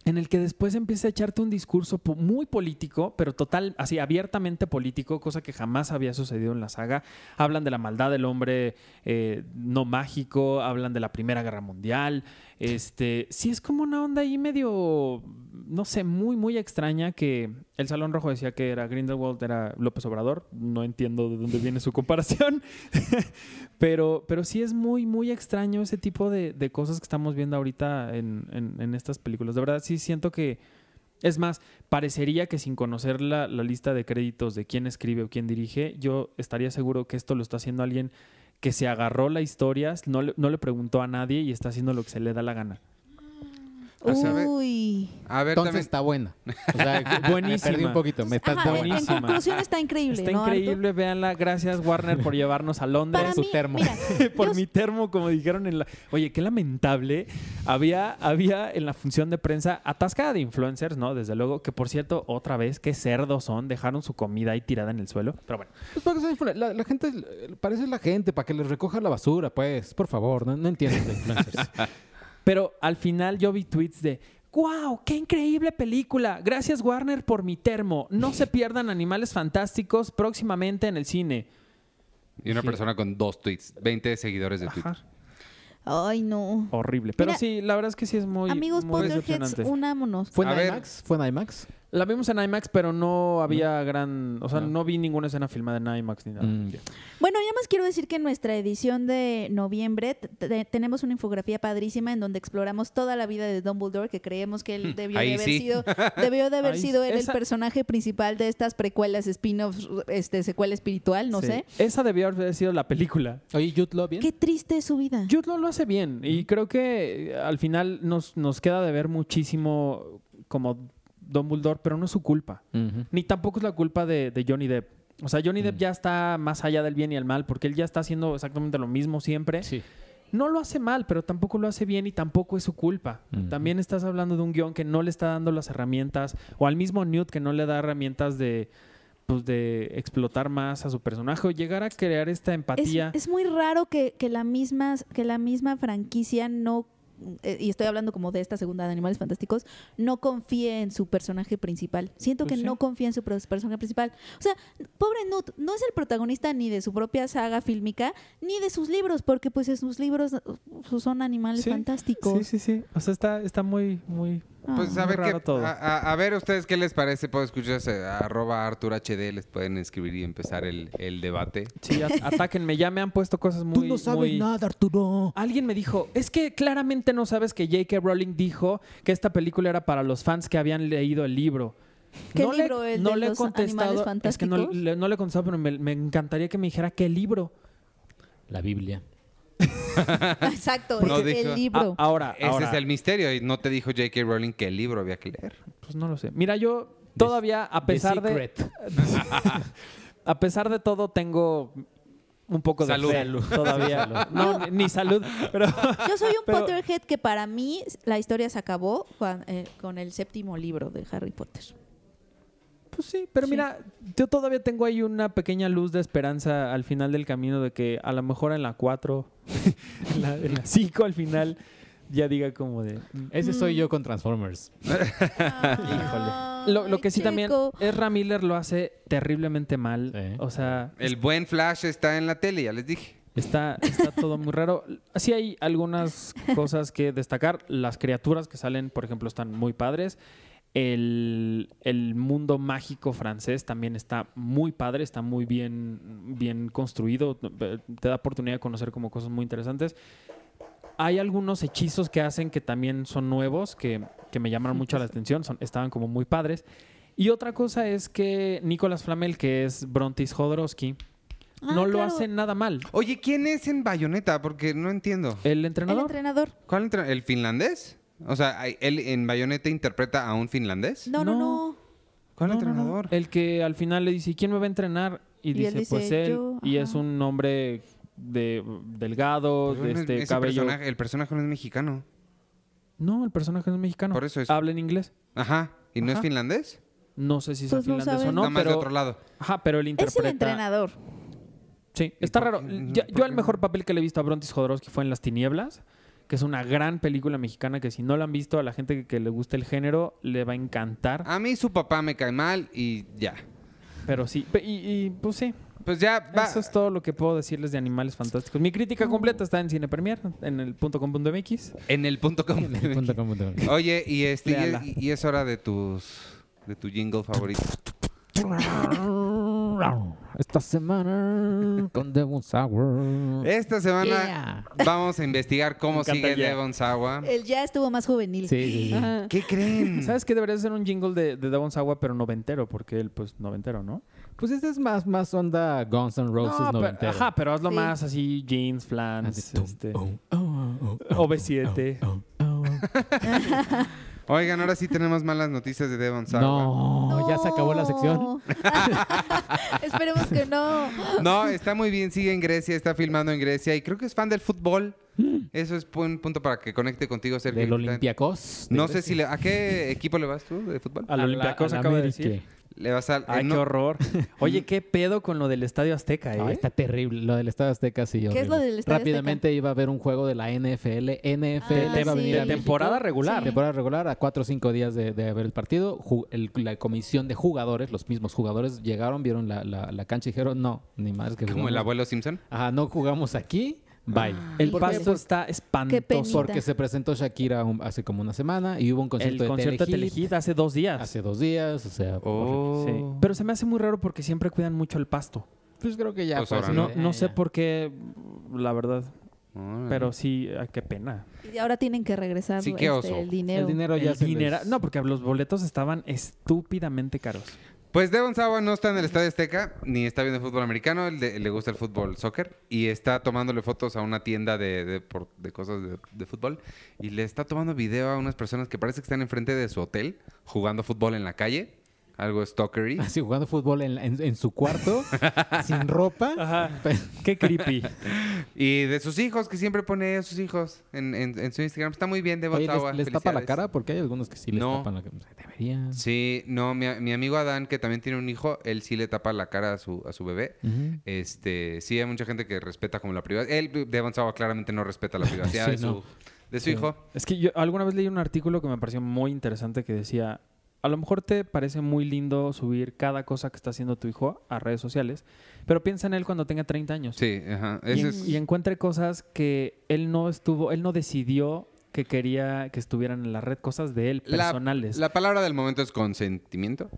en el que después empieza a echarte un discurso po- muy político, pero total, así abiertamente político, cosa que jamás había sucedido en la saga. Hablan de la maldad del hombre eh, no mágico, hablan de la Primera Guerra Mundial. Este, sí es como una onda ahí medio, no sé, muy, muy extraña que el Salón Rojo decía que era Grindelwald, era López Obrador. No entiendo de dónde viene su comparación, pero, pero sí es muy, muy extraño ese tipo de, de cosas que estamos viendo ahorita en, en- en estas películas. De verdad, sí siento que. Es más, parecería que sin conocer la, la lista de créditos de quién escribe o quién dirige, yo estaría seguro que esto lo está haciendo alguien que se agarró la historia, no le, no le preguntó a nadie y está haciendo lo que se le da la gana.
O sea, a ver-
Uy.
A ver, también-
Entonces está buena. O sea, Me perdí
Buenísima.
un poquito. Me estás
Ajá, en- en
buenísima.
conclusión está increíble,
Está
¿no, Arturo?
increíble, véanla. Gracias, Warner, por llevarnos a Londres.
Para
su
mí,
termo.
mira,
por
yo-
mi termo, como dijeron en la... Oye, qué lamentable. Había, había en la función de prensa atascada de influencers, ¿no? Desde luego, que por cierto, otra vez, qué cerdos son. Dejaron su comida ahí tirada en el suelo. Pero bueno,
Pues porque son influ- la, la gente, eh, parece la gente, para que les recoja la basura, pues, por favor, no, no entiendes de influencers.
Pero al final yo vi tweets de ¡Wow! ¡Qué increíble película! Gracias Warner por mi termo. No se pierdan Animales Fantásticos próximamente en el cine.
Y una
Sí.
persona con dos tweets, 20 seguidores de Twitter.
Ajá.
Ay, no.
Horrible. Pero
Mira,
sí, la verdad es que sí es muy,
Amigos
muy
Potterheads,
decepcionante.
unámonos.
¿Fue
A
en
ver.
IMAX? ¿Fue en IMAX?
La vimos en IMAX, pero no había gran... O sea,
No.
no. vi ninguna escena filmada en IMAX ni nada.
Mm.
Bueno, ya más quiero decir que en nuestra edición de noviembre t- t- tenemos una infografía padrísima en donde exploramos toda la vida de Dumbledore, que creemos que él debió
Ahí
de haber
sí.
sido, debió de haber
Ahí
sido él
esa-
el personaje principal de estas precuelas, spin-offs, este, secuela espiritual, no
Sí.
sé.
Esa debió haber sido la película.
Oye, Jude Law, ¿bien?
Qué triste es su vida.
Jude Law lo hace bien y creo que eh, al final nos, nos queda de ver muchísimo como Dumbledore, pero no es su culpa.
Ujú.
Ni tampoco es la culpa de, de Johnny Depp. O sea, Johnny Depp
Mm.
ya está más allá del bien y el mal, porque él ya está haciendo exactamente lo mismo siempre.
Sí.
No lo hace mal, pero tampoco lo hace bien y tampoco es su culpa.
Ujú.
También estás hablando de un guión que no le está dando las herramientas, o al mismo Newt que no le da herramientas de, pues, de explotar más a su personaje, o llegar a crear esta
Es,
empatía.
es muy raro que, que la misma, que la misma franquicia no, eh, y estoy hablando como de esta segunda de Animales Fantásticos, no confíe en su personaje principal. Siento
Pues
que
sí.
no confía en su pro- personaje principal. O sea, pobre Nut, no es el protagonista ni de su propia saga fílmica, ni de sus libros, porque pues en sus libros uh, son animales
Sí,
fantásticos.
Sí, sí, sí. O sea, está, está muy, muy...
Ah.
Pues a
Muy
ver, qué,
raro todo.
a, a- a ver ustedes qué les parece. Puedo escucharse arroba Artur HD, les pueden escribir y empezar el, el debate.
Sí, a- atáquenme. Ya me han puesto cosas muy... muy-
nada, Arturo.
Alguien me dijo, es que claramente no sabes que J.K. Rowling dijo que esta película era para los fans que habían leído el libro.
¿Qué libro? ¿El de los animales
es que no,
fantásticos?
le, no le he contestado, pero me, me encantaría que me dijera qué libro.
La Biblia.
Exacto,
No
el, el
dijo-
libro.
A- Ah, ahora,
Ese
ahora,
es el misterio. Y no te dijo J.K. Rowling qué libro había que leer.
pues no lo sé. Mira, yo todavía a pesar de a pesar de todo tengo un poco de
Salud.
fe todavía. no, ni, ni salud, pero
Yo soy un
ah, Pero-
Potterhead que para mí la historia se acabó cuan- eh, con el séptimo libro de Harry Potter.
Pues sí, pero
Sí.
mira, yo todavía tengo ahí una pequeña luz de esperanza al final del camino de que a lo mejor en la 4, en la- en la 5 al final, ya diga como de... eh,
Ese soy yo con Transformers.
Híjole.
Lo, lo que sí también, Ezra Miller lo hace terriblemente mal.
Sí.
O sea,
El buen Flash está en la tele, ya les dije.
está, está todo muy raro. Sí hay algunas cosas que destacar. Las criaturas que salen, por ejemplo, están muy padres. El, el mundo mágico francés también está muy padre, está muy bien, bien construido, te da oportunidad de conocer como cosas muy interesantes. Hay algunos hechizos que hacen que también son nuevos, que, que me llamaron mucho la atención, son- estaban como muy padres. Y otra cosa es que Nicolas Flamel, que es Brontis Jodorowsky,
Ah,
no lo
claro.
hace nada mal.
Oye, ¿quién es en Bayoneta? Porque no entiendo.
El
El
entrenador.
entrenador.
¿Cuál entra- ¿El finlandés? O sea, ¿hay- ¿él en Bayoneta interpreta a un finlandés?
No, no,
No.
no.
¿Cuál
No, no, no.
entrenador?
El que al final le dice, "¿Y ¿quién me va a entrenar? Y,
Y
dice,
él dice,
pues él.
"Yo",
Y
ajá.
es un hombre de, delgado,
Pero
de
no es-
este
Pues ese
cabello.
personaje- el personaje no es mexicano.
No, el personaje es mexicano.
Por eso es-
Habla en inglés.
Ajá. ¿Y no
Ajá.
es finlandés?
No sé si es
Pues no
finlandés o
sabes.
no,
Nada más de
pero...
otro lado.
Ajá, pero él
Es el
interpreta...
entrenador.
Sí,
¿Y
está
por
raro.
qué no?
Ya-
¿Por
yo
qué
el
no?
mejor papel que le he visto a Brontis Jodorowsky fue en Las Tinieblas, que es una gran película mexicana que si no la han visto, a la gente que, que le gusta el género le va a encantar.
A mí su papá me cae mal y ya.
Pero sí, pe- y, y, pues sí,
Pues ya va.
eso es todo lo que puedo decirles de Animales Fantásticos. Mi crítica completa está en Cine Premier, en el punto com punto MX.
En el punto com.
Punto com, punto com.
Oye, y, este,
Léala.
y, y es hora de tus de tu jingle favorito.
Esta semana con Devon Sour.
Esta semana
Yeah.
vamos a investigar cómo
Me encanta
sigue
el ya.
Devon Sawa.
Él ya estuvo más juvenil.
Sí, sí, sí.
Ajá.
¿Qué creen?
¿Sabes qué? Debería ser un jingle de, de Devon Sawa, pero noventero, porque él, pues, noventero, ¿no?
Pues esta es más, más onda Guns N' Roses
No, pero-
noventero.
ajá, pero hazlo
Sí.
más así, jeans,
Así,
flans,
tum,
este,
oh, oh, oh, oh,
OV7.
oh, oh, oh, oh.
Oigan, ahora sí tenemos malas noticias de Devon Sawa.
No, ya se acabó la sección.
No. Esperemos que no.
No, está muy bien, sigue en Grecia, está filmando en Grecia y creo que es fan del fútbol.
Mm.
Eso es un punto para que conecte contigo, Sergio.
Del Olympiacos. de
No sé si
Grecia.
le- ¿A qué equipo le vas tú de fútbol?
Al
la-
Olympiacos
al
acaba de
América.
decir.
Le vas al... eh,
Ay,
no-
qué horror. Oye, qué pedo con lo del Estadio Azteca, ¿eh?
Ah, está terrible. Lo del Estadio Azteca, sí.
es
horrible.
lo del Estadio
Rápidamente iba a haber un juego de la NFL. NFL
Ah,
iba a
sí.
venir
de
a México.
temporada regular.
Sí.
Temporada regular, a cuatro o cinco días de, de haber el partido, ju- el- la comisión de jugadores, los mismos jugadores, llegaron, vieron la, la- la cancha y dijeron, no, ni más que
Como
jugamos-
el abuelo Simpson.
Ajá, no jugamos aquí,
Ah.
bye.
El
Híjole.
pasto está
Qué
espantoso.
penita.
Porque se presentó Shakira un- hace como una semana y hubo un concierto
el
de
concierto de
Telehit
Telehit hace dos días.
hace dos días, o sea...
Oh.
Sí. Pero se me hace muy raro porque siempre cuidan mucho el pasto.
Pues creo que ya
Pues
fue
ahora
así
No,
de,
no
"Ah,
sé
ya".
por qué, la verdad.
Órale.
Pero sí, ay, qué pena.
Y ahora tienen que regresar
Sí, qué
este,
oso.
el dinero.
El dinero ya
El
se les-
dinera- No, porque los boletos estaban estúpidamente caros.
Pues Devon Sawa no está en el Estadio Azteca, ni está viendo fútbol americano, él de- le gusta el fútbol, soccer, y está tomándole fotos a una tienda de, de por- de cosas de, de fútbol, y le está tomando video a unas personas que parece que están enfrente de su hotel, jugando fútbol en la calle, algo stalkery.
Así jugando fútbol en, la- en- en su cuarto, sin ropa.
Ajá. Qué creepy.
Y de sus hijos, que siempre pone a sus hijos en, en- en su Instagram. Está muy bien, Devon
Oye,
Sawa.
¿les, les tapa la
felicidades.
cara? Porque hay algunos que sí les
No.
tapan la cara. Deberían.
Sí, no, mi, mi amigo Adán, que también tiene un hijo, él sí le tapa la cara a su, a su bebé.
Ujú.
Este, sí, hay mucha gente que respeta como la privacidad. Él, Devon Sawa, claramente no respeta la privacidad
Sí,
de su,
no.
de su
Sí.
hijo.
Es que yo alguna vez leí un artículo que me pareció muy interesante que decía, a lo mejor te parece muy lindo subir cada cosa que está haciendo tu hijo a redes sociales, pero piensa en él cuando tenga 30 años.
Sí, ajá.
Y,
Ese
en-
es-
y encuentre cosas que él no estuvo, él no decidió que quería que estuvieran en la red, cosas de él,
la,
personales.
la palabra del momento es consentimiento.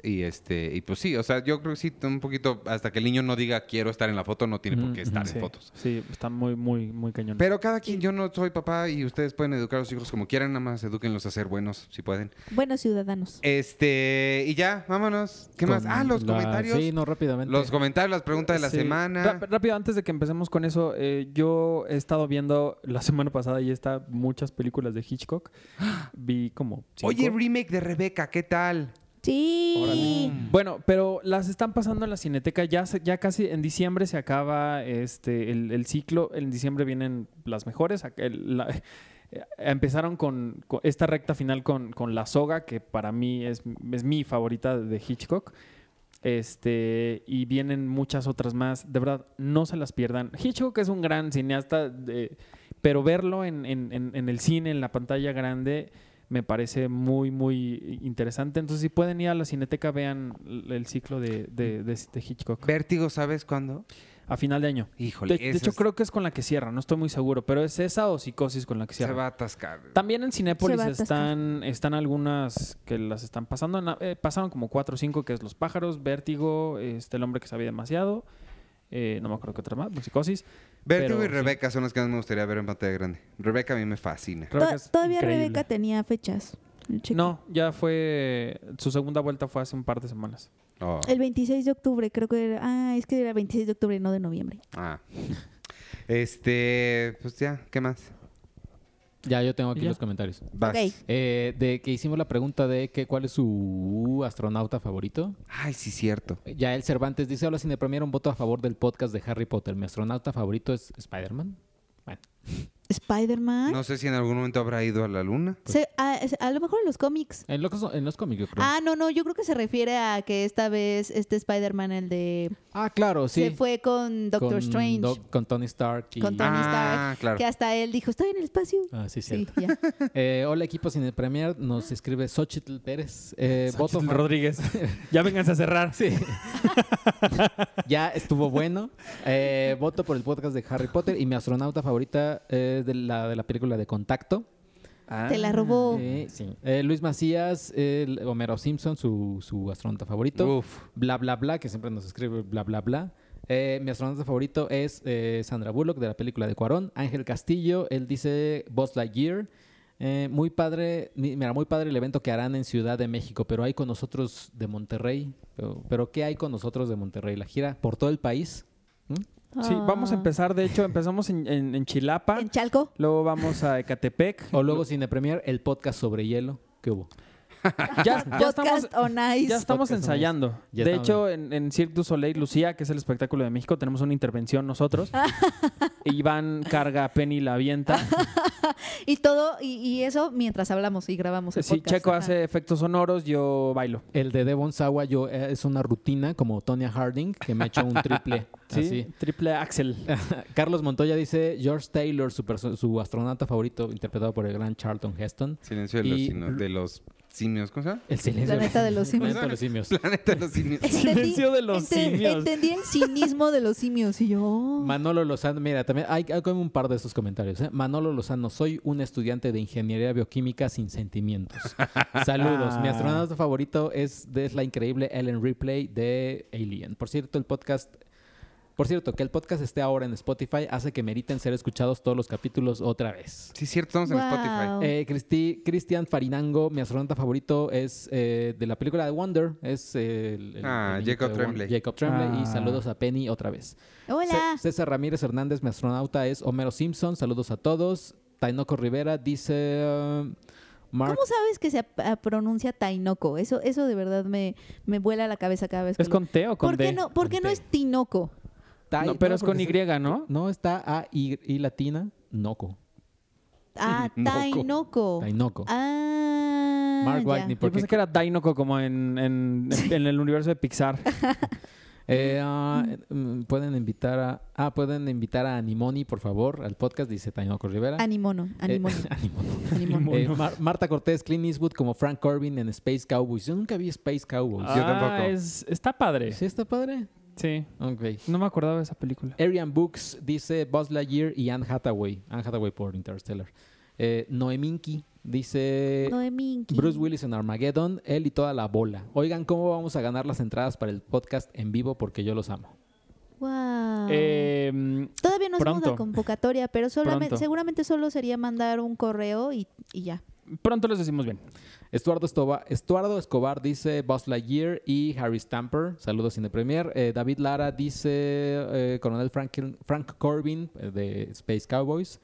Y este, y pues sí, o sea, yo creo que sí, un poquito, hasta que el niño no diga quiero estar en la foto, no tiene por qué
Ujú,
estar
sí,
en fotos.
sí, está muy, muy, muy cañón.
Pero cada quien, yo no soy papá y ustedes pueden educar a sus hijos como quieran, nada más eduquenlos a ser buenos, si pueden.
Buenos ciudadanos.
Eh,
Este, y ya, vámonos. ¿Qué más?
Con
Ah, los
la-
comentarios.
Sí, no, rápidamente.
Los comentarios, las preguntas de la
Sí.
semana.
Ra- rápido, antes de que empecemos con eso, eh, yo he estado viendo la semana pasada y está muchas películas de Hitchcock. Vi como. cinco.
Oye, remake de Rebeca, ¿qué tal?
Sí.
Bueno, pero las están pasando en la Cineteca. Ya, se- ya casi en diciembre se acaba este el, el ciclo. En diciembre vienen las mejores. Ac- el- la- eh, empezaron con, con esta recta final con, con La Soga, que para mí es, es mi favorita de Hitchcock. Este, y vienen muchas otras más. De verdad, no se las pierdan. Hitchcock es un gran cineasta, de- pero verlo en, en- en- en el cine, en la pantalla grande, me parece muy, muy interesante. Entonces, si pueden ir a la cineteca, vean l- el ciclo de, de- de- de Hitchcock
Vértigo, ¿sabes cuándo?
a final de año.
Híjole,
De, de hecho, creo que es con la que cierra, no estoy muy seguro, pero es esa o psicosis con la que
que se
cierra.
va a atascar.
También en Cinépolis
Se va a atascar.
están, están algunas que las están pasando. en- eh, pasaron como cuatro o cinco, que es Los Pájaros, Vértigo, este, El Hombre que Sabía Demasiado. eh, no me acuerdo qué otra más, Psicosis.
Vértigo
pero
y
sí.
Rebeca son las que más me gustaría ver en pantalla grande. Rebeca a mí me fascina.
Rebeca
To-
es
Todavía
increíble.
Rebeca tenía fechas. Checa.
No, ya fue. Su segunda vuelta fue hace un par de semanas.
Oh.
El 26 de octubre, creo que era. Ah, es que era 26 de octubre, no de noviembre.
Ah. Este, pues ya, ¿qué más?
Ya, yo tengo aquí
Y ya.
los comentarios.
Vas.
Ok.
Eh, de que hicimos la pregunta de que cuál es su astronauta favorito.
Ay, sí, cierto.
Ya el Cervantes dice, hola Cinepremier, un voto a favor del podcast de Harry Potter. Mi astronauta favorito es Spider-Man. Bueno,
Spider-Man.
No sé si en algún momento habrá ido a la luna.
pues.
Se- a, se- a lo mejor en los cómics.
en los, en los cómics yo creo. Ah,
Ah, no, no, yo creo que se refiere a que esta vez este Spider-Man, el de.
Ah, claro, sí.
Se fue con Doctor
Con
Strange.
Doc- con Tony Stark. y-
Con Tony
Ah, claro.
Que hasta él dijo, estoy en el espacio.
Ah, sí,
Sí,
cierto.
ya.
Eh, hola equipo Cine Premier, nos escribe Xochitl Pérez. Eh, voto
Xochitl
fa-
Rodríguez. ya venganse a cerrar.
Sí. ya estuvo bueno. Eh, voto por el podcast de Harry Potter y mi astronauta favorita es de la de la película de Contacto.
Ah.
Te la robó.
Eh, sí. Eh, Luis Macías, el Homero Simpson, su, su astronauta favorito.
Uf.
Bla, bla, bla, que siempre nos escribe bla, bla, bla. Eh, mi astronauta favorito es eh, Sandra Bullock de la película de Cuarón. Ángel Castillo, él dice Buzz Lightyear. Eh, muy padre, mi- mira, muy padre el evento que harán en Ciudad de México, pero hay con nosotros de Monterrey. Pero, pero ¿qué hay con nosotros de Monterrey? La gira por todo el país. ¿Mm?
Sí, vamos a
Ah.
empezar, de hecho, empezamos en, en- en Chilapa,
¿En Chalco?
luego vamos a Ecatepec.
O luego sin premier el podcast sobre hielo que hubo.
Ya, ya
Podcast
estamos,
on Ice.
ya estamos
Podcast on
ensayando.
Ya
de
estamos.
hecho, en, en Cirque du Soleil, Lucía, que es el espectáculo de México, tenemos una intervención nosotros. Iván carga a Penny y la avienta.
Y todo, y, y eso mientras hablamos y grabamos el
Sí,
podcast.
Checo
ajá.
hace efectos sonoros, yo bailo.
El de Devon Sawa yo, eh, es una rutina como Tonya Harding que me echo un triple.
Ah, Sí,
así.
triple Axel.
Carlos Montoya dice George Taylor, su, perso- su astronauta favorito, interpretado por el gran Charlton Heston.
Silencio de los,
Y-
sino- de los simios, ¿cómo se llama?
El silencio
Planeta de los simios.
Planeta de los simios.
Planeta de los simios.
Silencio de los simios.
Entendí el cinismo de los simios y yo.
Manolo Lozano, mira, también hay, hay como un par de esos comentarios. ¿eh? Manolo Lozano, soy un estudiante de ingeniería bioquímica sin sentimientos. Saludos, mi
Ah.
astronauta favorito es, de- es la increíble Ellen Ripley de Alien. Por cierto, el podcast. Por cierto, que el podcast esté ahora en Spotify hace que meriten ser escuchados todos los capítulos otra vez.
Sí, cierto, estamos en
Wow.
Spotify.
Eh, Cristi- Cristian Farinango, mi astronauta favorito es eh, de la película de Wonder, es eh, el, el-
Ah,
el niñito
Jacob
de
Tremblay.
Wonder, Jacob Tremblay,
Ah.
y saludos a Penny otra vez.
Hola.
Ce- César Ramírez Hernández, mi astronauta es Homero Simpson, saludos a todos. Tainoco Rivera dice eh, Mark
¿Cómo sabes que se ap- a- pronuncia Tainoco? Eso, eso de verdad me, me vuela la cabeza cada vez que
¿Es
lo-
con T o con
¿Por
D?
qué no, por qué
Con
no
T.
es Tinoco?
Tai-
No, pero
no,
es con
porque
Y,
se-
¿no?
No, está A y, y latina, Noco.
Ah,
Noco.
Tainoco.
Tainoco.
Ah.
Mark
ya.
Whitney,
Yo
porque
pensé que era Dainoco como en, en- en el universo de Pixar.
Eh, ah, mm, pueden invitar a ah, pueden invitar a Animoni, por favor, al podcast dice Tainoco Rivera.
Animono,
Eh,
animono,
Animono.
animono.
Eh, Mar- Marta Cortés, Clint Eastwood como Frank Corbin en Space Cowboys. Yo nunca vi Space Cowboys.
Ah. tampoco.
es- está padre.
¿Sí está padre?
Sí.
Ok.
No me acordaba de esa película.
Arian Books dice Buzz Lightyear y Anne Hathaway. Anne Hathaway por Interstellar. Eh, Noeminki dice
No de Minky.
eh, Bruce Willis en Armageddon, él y toda la bola. Oigan, ¿cómo vamos a ganar las entradas para el podcast en vivo? Porque yo los amo.
Wow.
Eh,
Todavía no hacemos la
pronto.
convocatoria, pero solamente,
Pronto.
seguramente solo sería mandar un correo y, y ya.
pronto les decimos bien.
Estuardo, Estoba- Estuardo Escobar dice Buzz Lightyear y Harry Stamper. Saludos Cine Premier. Eh, David Lara dice eh, Coronel Franklin- Frank Corbin eh, de Space Cowboys.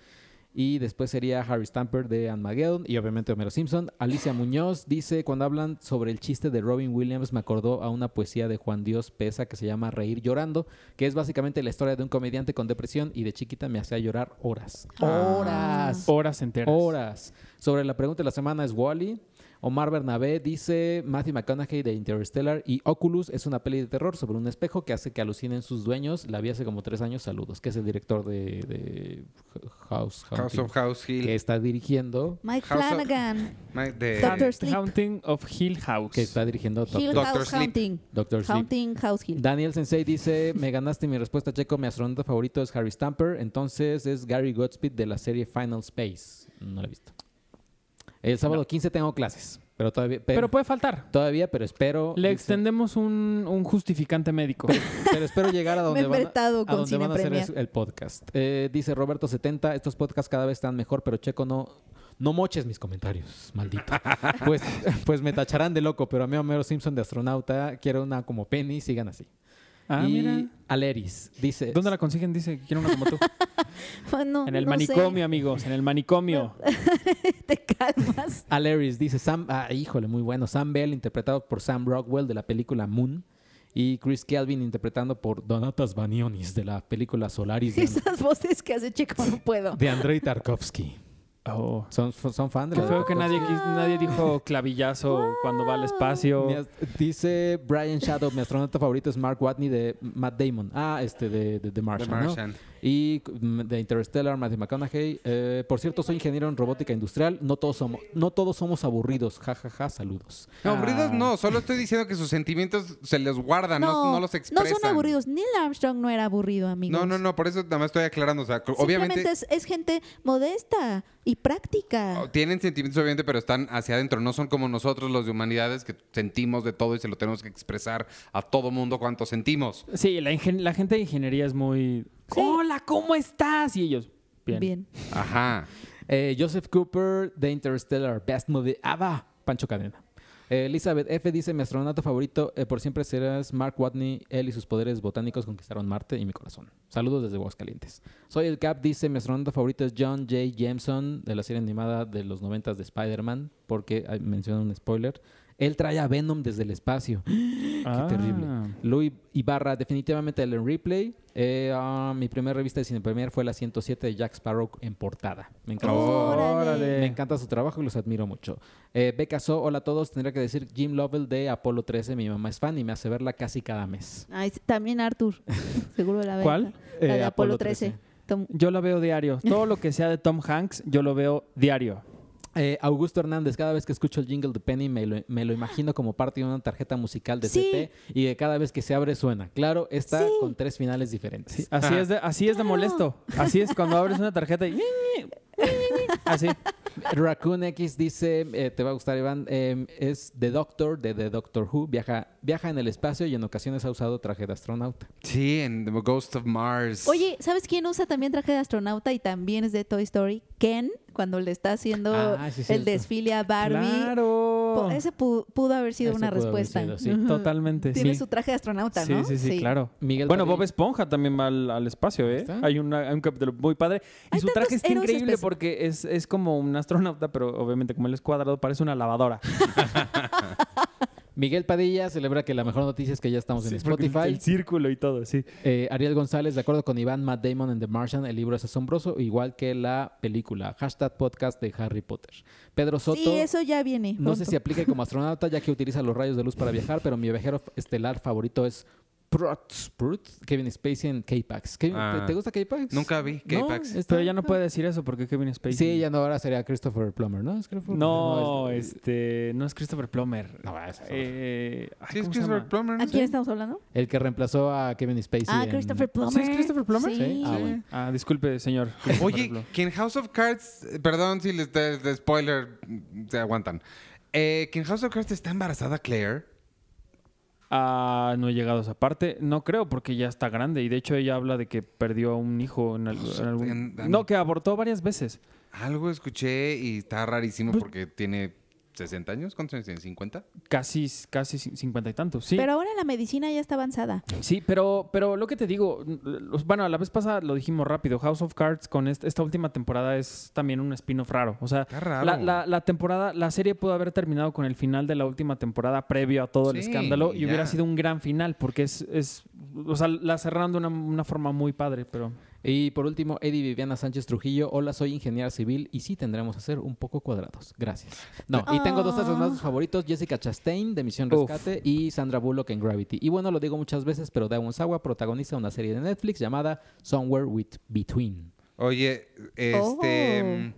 Y después sería Harry Stamper de Armageddon y obviamente Homero Simpson. Alicia Muñoz dice, cuando hablan sobre el chiste de Robin Williams, me acordó a una poesía de Juan Dios Pesa que se llama Reír Llorando, que es básicamente la historia de un comediante con depresión y de chiquita me hacía llorar horas.
Ah.
Horas.
Horas enteras.
Horas. Sobre la pregunta de la semana es Wally. Omar Bernabé dice Matthew McConaughey de Interstellar y Oculus es una peli de terror sobre un espejo que hace que alucinen sus dueños. La vi hace como tres años. Saludos, que es el director de, de House, Haunting,
House of House Hill.
que está dirigiendo,
Mike
House of-
Flanagan,
Ma- de-
Doctor Sleep,
Haunting of Hill House.
Pues,
que está dirigiendo
Hill
Doctor,
Doctor
House
Sleep.
Haunting,
Doctor Sleep.
Haunting House Hill.
Daniel Sensei dice, me ganaste mi respuesta, Checo, mi astronauta favorito es Harry Stamper, entonces es Gary Godspeed de la serie Final Space. No la he visto. El sábado 15 tengo clases, pero todavía...
Pero puede faltar.
Todavía, pero espero.
Le
dice-
extendemos un, un justificante médico.
Pero espero llegar a donde
Me he
van, a,
retado
a
con
donde van a hacer
Cinepremier.
es- el podcast. Eh, dice Roberto 70, estos podcasts cada vez están mejor, pero Checo no no moches mis comentarios, maldito. Pues, pues me tacharán de loco, pero a mí Homero Simpson de astronauta quiero una como Penny, sigan así.
Ah,
y
mira.
Aleris dice,
¿Dónde la consiguen? Dice que quiere una como tú.
Bueno,
En el
no sé.
manicomio, amigos. En el manicomio.
Te calmas.
Aleris dice Sam, ah, híjole, muy bueno, Sam Bell interpretado por Sam Rockwell de la película Moon y Chris Kelvin interpretando por Donatas Banionis de la película Solaris de,
Esas voces que hace Checo no puedo.
de Andrei Tarkovsky.
Oh.
Son, son fan de
Qué
la
feo que nadie, quis- nadie dijo clavillazo cuando
Ah.
va al espacio.
Mi as- Dice Brian Shadow, mi astronauta favorito es Mark Watney de Matt Damon. Ah, este de, de, de
The
Martian, ¿no?
Martian.
Y mm, de Interstellar, Matthew McConaughey. Eh, por cierto, soy ingeniero en robótica industrial. No todos somos, no todos somos aburridos. Ja, ja, ja, saludos.
No,
Ah.
aburridos no, solo estoy diciendo que sus sentimientos se los guardan, no, no los expresan.
son aburridos. Neil Armstrong no era aburrido, amigos.
No, no, no, por eso nada más estoy aclarando. O sea, que
Simplemente
obviamente
es, es gente modesta y práctica.
oh, tienen sentimientos, obviamente, pero están hacia adentro. No son como nosotros los de humanidades que sentimos de todo y se lo tenemos que expresar a todo mundo cuanto sentimos.
Sí, la, ingen- la gente de ingeniería es muy. Hola, ¿cómo estás? Y ellos. Bien.
Ajá.
Eh, Joseph Cooper de Interstellar, Best Movie Ava. Ah, Pancho Cadena. Eh, Elizabeth F. dice, mi astronauta favorito eh, por siempre serás Mark Watney. Él y sus poderes botánicos conquistaron Marte y mi corazón. Saludos desde Calientes. Soy el Cap, dice, mi astronauta favorito es John J. Jameson de la serie animada de los 90 de Spider-Man, porque ah, menciona un spoiler. Él trae a Venom desde el espacio.
Ah.
Qué terrible. Luis Ibarra, definitivamente el replay. Eh, ah, mi primera revista de cine premier fue la 107 de Jack Sparrow en portada. Me encanta.
Oh.
Órale.
Me encanta su trabajo y los admiro mucho. Eh, Becca So, hola a todos. Tendría que decir Jim Lovell de Apolo 13. Mi mamá es fan y me hace verla casi cada mes.
Ay, sí, también Arthur, seguro la ve.
¿Cuál?
La
Eh,
de Apolo
Apolo 13.
13. Tom-
Yo la veo diario. Todo lo que sea de Tom Hanks, yo lo veo diario.
Eh, Augusto Hernández, cada vez que escucho el jingle de Penny me lo, me lo imagino como parte de una tarjeta musical de
Sí.
CP y que cada vez que se abre suena. Claro, está
Sí.
con tres finales diferentes.
Sí, así es de, así es de molesto. Así es cuando abres una tarjeta y así.
Raccoon X dice, eh, te va a gustar Iván, eh, es The Doctor de The Doctor Who, viaja, viaja en el espacio y en ocasiones ha usado traje de astronauta.
Sí, en The Ghost of Mars.
Oye, ¿sabes quién usa también traje de astronauta y también es de Toy Story? Ken, cuando le está haciendo
Ah, sí,
el
cierto.
desfile a Barbie.
Claro.
Po- Ese pu- pudo haber sido
Ese
una
pudo haber
respuesta.
sido, sí,
Ujú.
Totalmente.
Tiene
sí.
su traje de astronauta,
Sí,
¿no?
sí, sí, claro.
Miguel
bueno,
Padilla.
Bob Esponja también va al, al espacio, ¿eh?
está.
Hay, una- hay un capítulo muy padre. Y
Hay
su
tantos
traje está
héroes
increíble
especi-
porque es, es como un astronauta, pero obviamente como él es cuadrado, parece una lavadora.
Miguel Padilla celebra que la mejor noticia es que ya estamos en
Sí, porque
Spotify.
El círculo y todo, sí.
Eh, Ariel González, de acuerdo con Iván, Matt Damon en The Martian, el libro es asombroso, igual que la película. Hashtag podcast de Harry Potter. Pedro Soto.
Sí, eso ya viene.
No sé
pronto.
si aplica como astronauta, ya que utiliza los rayos de luz para viajar, pero mi viajero estelar favorito es Prutz, Prutz, Kevin Spacey en K-Pax. Kevin,
Ah.
¿te, te gusta K-Pax?
Nunca vi
No,
K-Pax.
está-
Pero ya no puede decir eso porque Kevin Spacey.
Sí, ya no, ahora sería Christopher Plummer, ¿no? Es Christopher
No,
Plummer, es-
este, no es Christopher Plummer.
No, es-
Eh, ay,
sí, es
¿cómo se
Christopher
llama?
Plummer. ¿no?
¿A quién estamos hablando?
El que reemplazó a Kevin Spacey.
ah,
en-
Christopher Plummer.
¿Sí es Christopher Plummer?
Sí.
Sí, ah, bueno.
Ah, disculpe, señor. Christopher
Oye,
Plummer.
que en House of Cards, eh, perdón si les de, de spoiler, mm, se aguantan. Eh, que en House of Cards está embarazada Claire.
Ah, no he llegado a esa parte. No creo, porque ya está grande. Y de hecho, ella habla de que perdió a un hijo en, al- en algún.
en- en-
No, que abortó varias veces.
Algo escuché y está rarísimo
Pues
porque tiene 60 años, ¿cuántos años tiene? ¿50?
Casi, casi cin- cincuenta y tantos. Sí,
Pero ahora la medicina ya está avanzada.
sí, pero, pero lo que te digo, n- los- bueno, a la vez pasada lo dijimos rápido. House of Cards con est- esta última temporada es también un spin-off raro. O sea,
Está raro.
La, la- la temporada, la serie pudo haber terminado con el final de la última temporada previo a todo el
Sí,
escándalo y
ya.
hubiera sido un gran final porque es, es o sea, la cerraron de una, una forma muy padre, pero
Y por último, Eddie Viviana Sánchez Trujillo. Hola, soy ingeniera civil y sí tendremos que ser un poco cuadrados. Gracias. No, y tengo dos
Ah.
astronautas favoritos: Jessica Chastain de Misión
Uf.
Rescate y Sandra Bullock en Gravity. Y bueno, lo digo muchas veces, pero Daewon Sawa protagoniza una serie de Netflix llamada Somewhere with Between.
Oye,
Oh.
este... mm,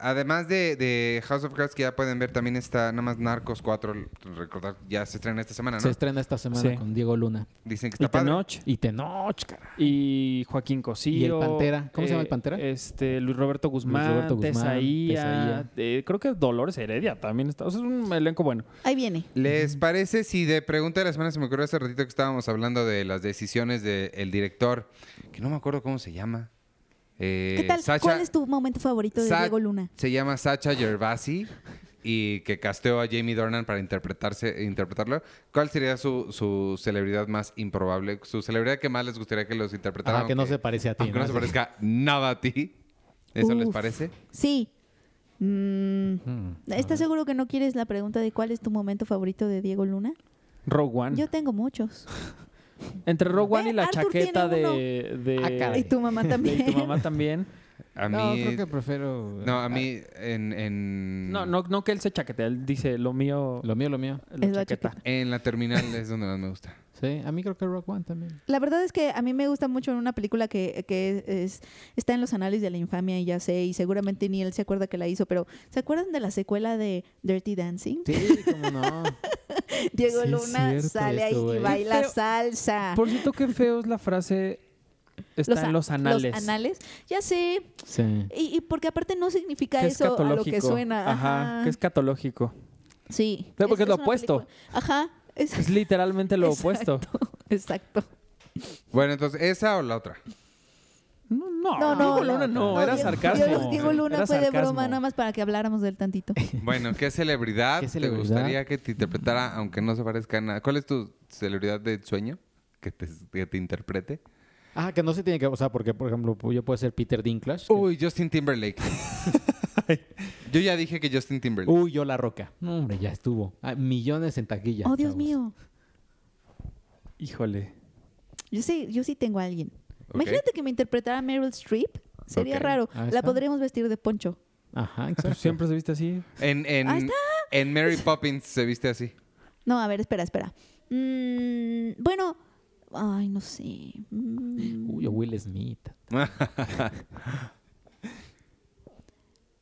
Además de, de House of Cards, que ya pueden ver, también está nada más Narcos 4, l- recordar, ya se estrena esta semana,
Se
¿no?
estrena esta semana
Sí.
con Diego Luna
Dicen que
y
está padre.
Tenoch
y Tenoch, cara.
y Joaquín Cosío.
Y el Pantera. ¿Cómo se llama el Pantera?
Este, Luis Roberto Guzmán,
Luis Roberto Guzmán,
Tesaía,
Tesaía.
eh, creo que Dolores Heredia también está, o sea, es un elenco bueno.
Ahí viene.
¿Les parece si de pregunta de la semana se me ocurrió hace ratito que estábamos hablando de las decisiones del director, que no me acuerdo cómo se llama? Eh,
¿Qué tal?
Sacha-
¿Cuál es tu momento favorito de
Sa-
Diego Luna?
Se llama Sacha Gervasi y que casteó a Jamie Dornan para interpretarse, interpretarlo. ¿Cuál sería su, su celebridad más improbable? Su celebridad que más les gustaría que los interpretaran.
Ah, que no
aunque-
se parece a ti.
aunque no se
Así.
parezca nada a ti. ¿Eso les
Uf.
parece?
Sí. Mm,
Mm.
¿Estás seguro que no quieres la pregunta de cuál es tu momento favorito de Diego Luna?
Rogue One.
Yo tengo muchos.
Entre Rogue One
Ve,
y la
Arthur
chaqueta
tiene
de, de,
Ah, caray.
Y tu mamá
de-
también.
y tu mamá también.
A
No,
mí.
creo que prefiero.
No, a mí en, en-
No, no, no que él se chaquetea, él dice lo mío,
Lo mío, lo mío.
la
Es la
chaqueta.
chaqueta.
En la terminal es donde más me gusta.
Sí, a mí creo que Rock One también.
La verdad es que a mí me gusta mucho una película que, que es, está en los anales de la infamia y ya sé, y seguramente ni él se acuerda que la hizo, pero ¿se acuerdan de la secuela de Dirty Dancing?
Sí, cómo no.
Diego
Sí, es
Luna
cierto
sale ahí
esto,
y
güey.
baila
Pero-
salsa.
Por cierto, qué feo es la frase está
a-
en los anales.
Ah. Los anales. Ya sé.
Sí.
Y, y porque aparte no significa
Que es
eso a lo que
catológico.
suena.
Ajá,
Ajá.
que es catológico.
Sí.
No, porque es lo
una
opuesto.
película- Ajá. Es,
Es literalmente lo opuesto.
exacto.
Bueno, entonces, ¿esa o la otra?
No, No,
No, no,
Diego Luna no, era
Diego-
sarcasmo.
Diego, Diego Luna
Era
fue de
sarcasmo.
broma, nada más para que habláramos del tantito.
Bueno, ¿qué celebridad
¿Qué
te
celebridad?
gustaría que te interpretara, aunque no se parezca a nada? ¿Cuál es tu celebridad de sueño que te, que te interprete?
Ah, que no se tiene que. O sea, porque, por ejemplo, yo puedo ser Peter Dinklage. que-
Uy, Justin Timberlake. Yo ya dije que Justin Timberlake.
Uy, yo la roca. No, hombre, ya estuvo. Ah, millones en taquilla.
oh, Dios
chavos.
mío.
Híjole.
Yo sí, yo sí tengo a alguien.
Ok.
Imagínate que me interpretara Meryl Streep. Sería
Ok.
raro.
¿Ah,
Ahí
La
está.
podríamos vestir de poncho.
Ajá, exacto.
Tú siempre se viste así.
En, en-
Ahí está.
en Mary Poppins se viste así.
No, a ver, espera, espera. Mm, bueno, ay, no sé. Mm,
Uy, o Will Smith.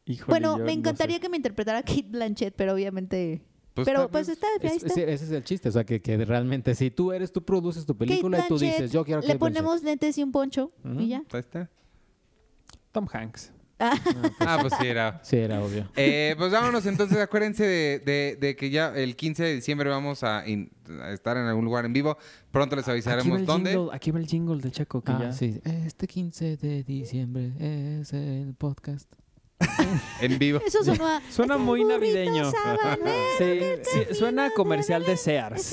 Híjole.
bueno,
yo
me
no
encantaría
sé.
que me interpretara a Kate Blanchett, pero obviamente.
Pues
pero
está-
pues está, ahí
Es-
está.
ese, ese es el chiste. O sea, que, que realmente si tú eres, tú produces tu película y tú
Blanchett,
dices, yo quiero que
Le ponemos lentes y un poncho y ya.
Ahí está.
Tom Hanks.
Ah, pues sí, era.
Sí, era obvio.
Eh, pues vámonos entonces, acuérdense de, de- de que ya el 15 de diciembre vamos a, in- a estar en algún lugar en vivo. Pronto les
Aquí va,
avisaremos
el
Pues, dónde.
jingle, aquí va el jingle de Checo que
Ah,
ya.
sí. Este 15 de diciembre es el podcast.
En vivo.
Eso sonó a-
Suena
es el
muy
burrito
navideño.
sabanero
Sí,
del
sí, suena a comercial de Sears.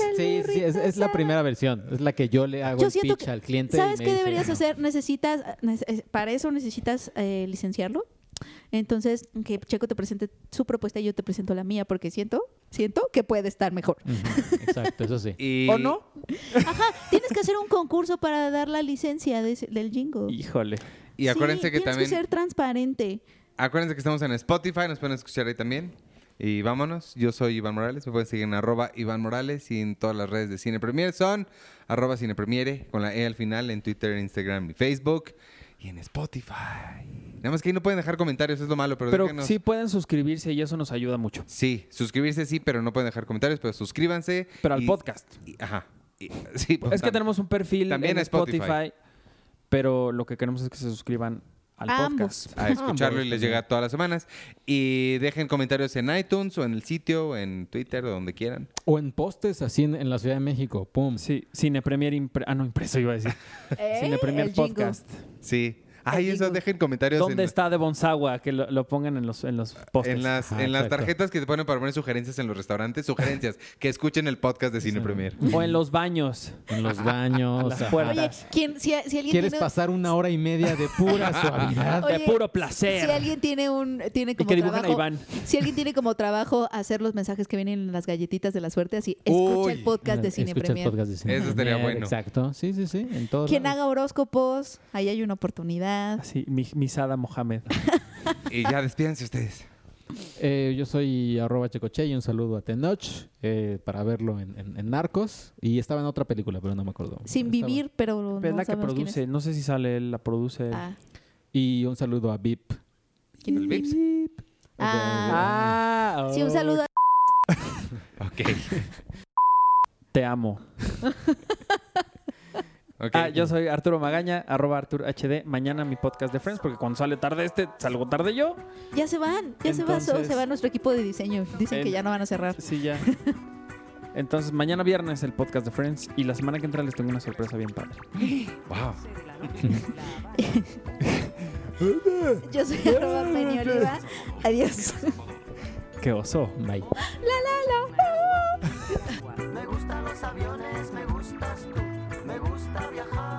Es el
Sí, sí, es,
burrito
es la primera versión. Es la que yo le hago
Yo
el
siento
pitch
que-
al cliente. y
¿Sabes
me
qué
dice,
deberías
"No".
hacer? Necesitas, nece- eh, para eso necesitas eh, licenciarlo. Entonces, que Checo te presente su propuesta y yo te presento la mía, porque siento, siento que puede estar mejor.
Ujú, Exacto, eso sí.
Y-
¿O no?
Ajá, tienes que hacer un concurso para dar la licencia de ese- del jingo.
Híjole.
Y acuérdense
Sí,
que
tienes
también.
que ser transparente.
Acuérdense que estamos en Spotify, nos pueden escuchar ahí también. Y vámonos, yo soy Iván Morales, me pueden seguir en arroba Iván Morales y en todas las redes de Cine Premier son arroba Cine Premiere con la E al final en Twitter, Instagram y Facebook y en Spotify. Nada más que ahí no pueden dejar comentarios, es lo malo, pero,
Pero
déjenos-
sí pueden suscribirse y eso nos ayuda mucho.
Sí, suscribirse sí, pero no pueden dejar comentarios, pero suscríbanse.
Pero al
y-
podcast.
y- ajá. Y- sí, pues,
es que
tam-
tenemos un perfil
también
en
a Spotify.
Spotify, pero lo que queremos es que se suscriban al
Ambos.
podcast.
a escucharlo y les llega todas las semanas. Y dejen comentarios en iTunes o en el sitio, o en Twitter o donde quieran.
O en postes así en, en la Ciudad de México. Pum.
Sí, Cine Premier impre- ah no, impreso iba a decir. Cine
Ey,
Premier
¿Eh? el jingo.
Podcast.
Sí. Ay, eso,
digo.
dejen comentarios
¿Dónde
en,
está de Bonsagua? Que lo, lo pongan en los, en los postes.
en las,
Ah,
en las
exacto.
tarjetas que te ponen para poner sugerencias en los restaurantes. Sugerencias, que escuchen el podcast de Cine Premier.
O en los baños.
En los baños.
Las
ajá.
puertas.
Oye, ¿quién- si, si alguien
¿Quieres
tiene-
pasar una hora y media de pura suavidad?
Oye,
de puro placer.
Si alguien tiene un tiene
y
como
que dibujan
trabajo,
a Iván.
si alguien tiene como trabajo hacer los mensajes que vienen en las galletitas de la suerte, así escucha
Uy.
el podcast de Cine
Escucha el
Premier.
podcast de Cine
Eso estaría
Premier,
bueno.
Exacto. Sí, sí, sí. En todos
Quien
lados.
haga horóscopos, ahí hay una oportunidad.
Así, mi- Misada Mohamed.
Y ya despídense ustedes.
Eh, yo soy arroba checoche y un saludo a Tenoch eh, para verlo en, en- en Narcos. Y estaba en otra película, pero no me acuerdo.
Sin
Estaba-
vivir, pero no
es la que
sabemos quién es.
produce. No sé si sale él, la produce. él.
Ah,
Y un saludo a Vip.
¿quién
El
es?
Vips.
Ah. Sí,
oh,
un saludo. a-
Ok.
Te amo.
ok.
Ah, yo soy Arturo Magaña, arroba Artur HD. Mañana mi podcast de Friends, porque cuando sale tarde este, salgo tarde yo.
Ya se van, ya se va, so-
Entonces-
se va nuestro equipo de diseño. Dicen que
En-
ya no van a cerrar.
Sí, ya. Entonces, mañana viernes el podcast de Friends y la semana que entra les tengo una sorpresa bien padre.
Wow.
Yo soy arroba Penny Oliva. Adiós.
¡Qué oso!
Bye.
Me gustan los aviones, me gustas tú, me gusta viajar.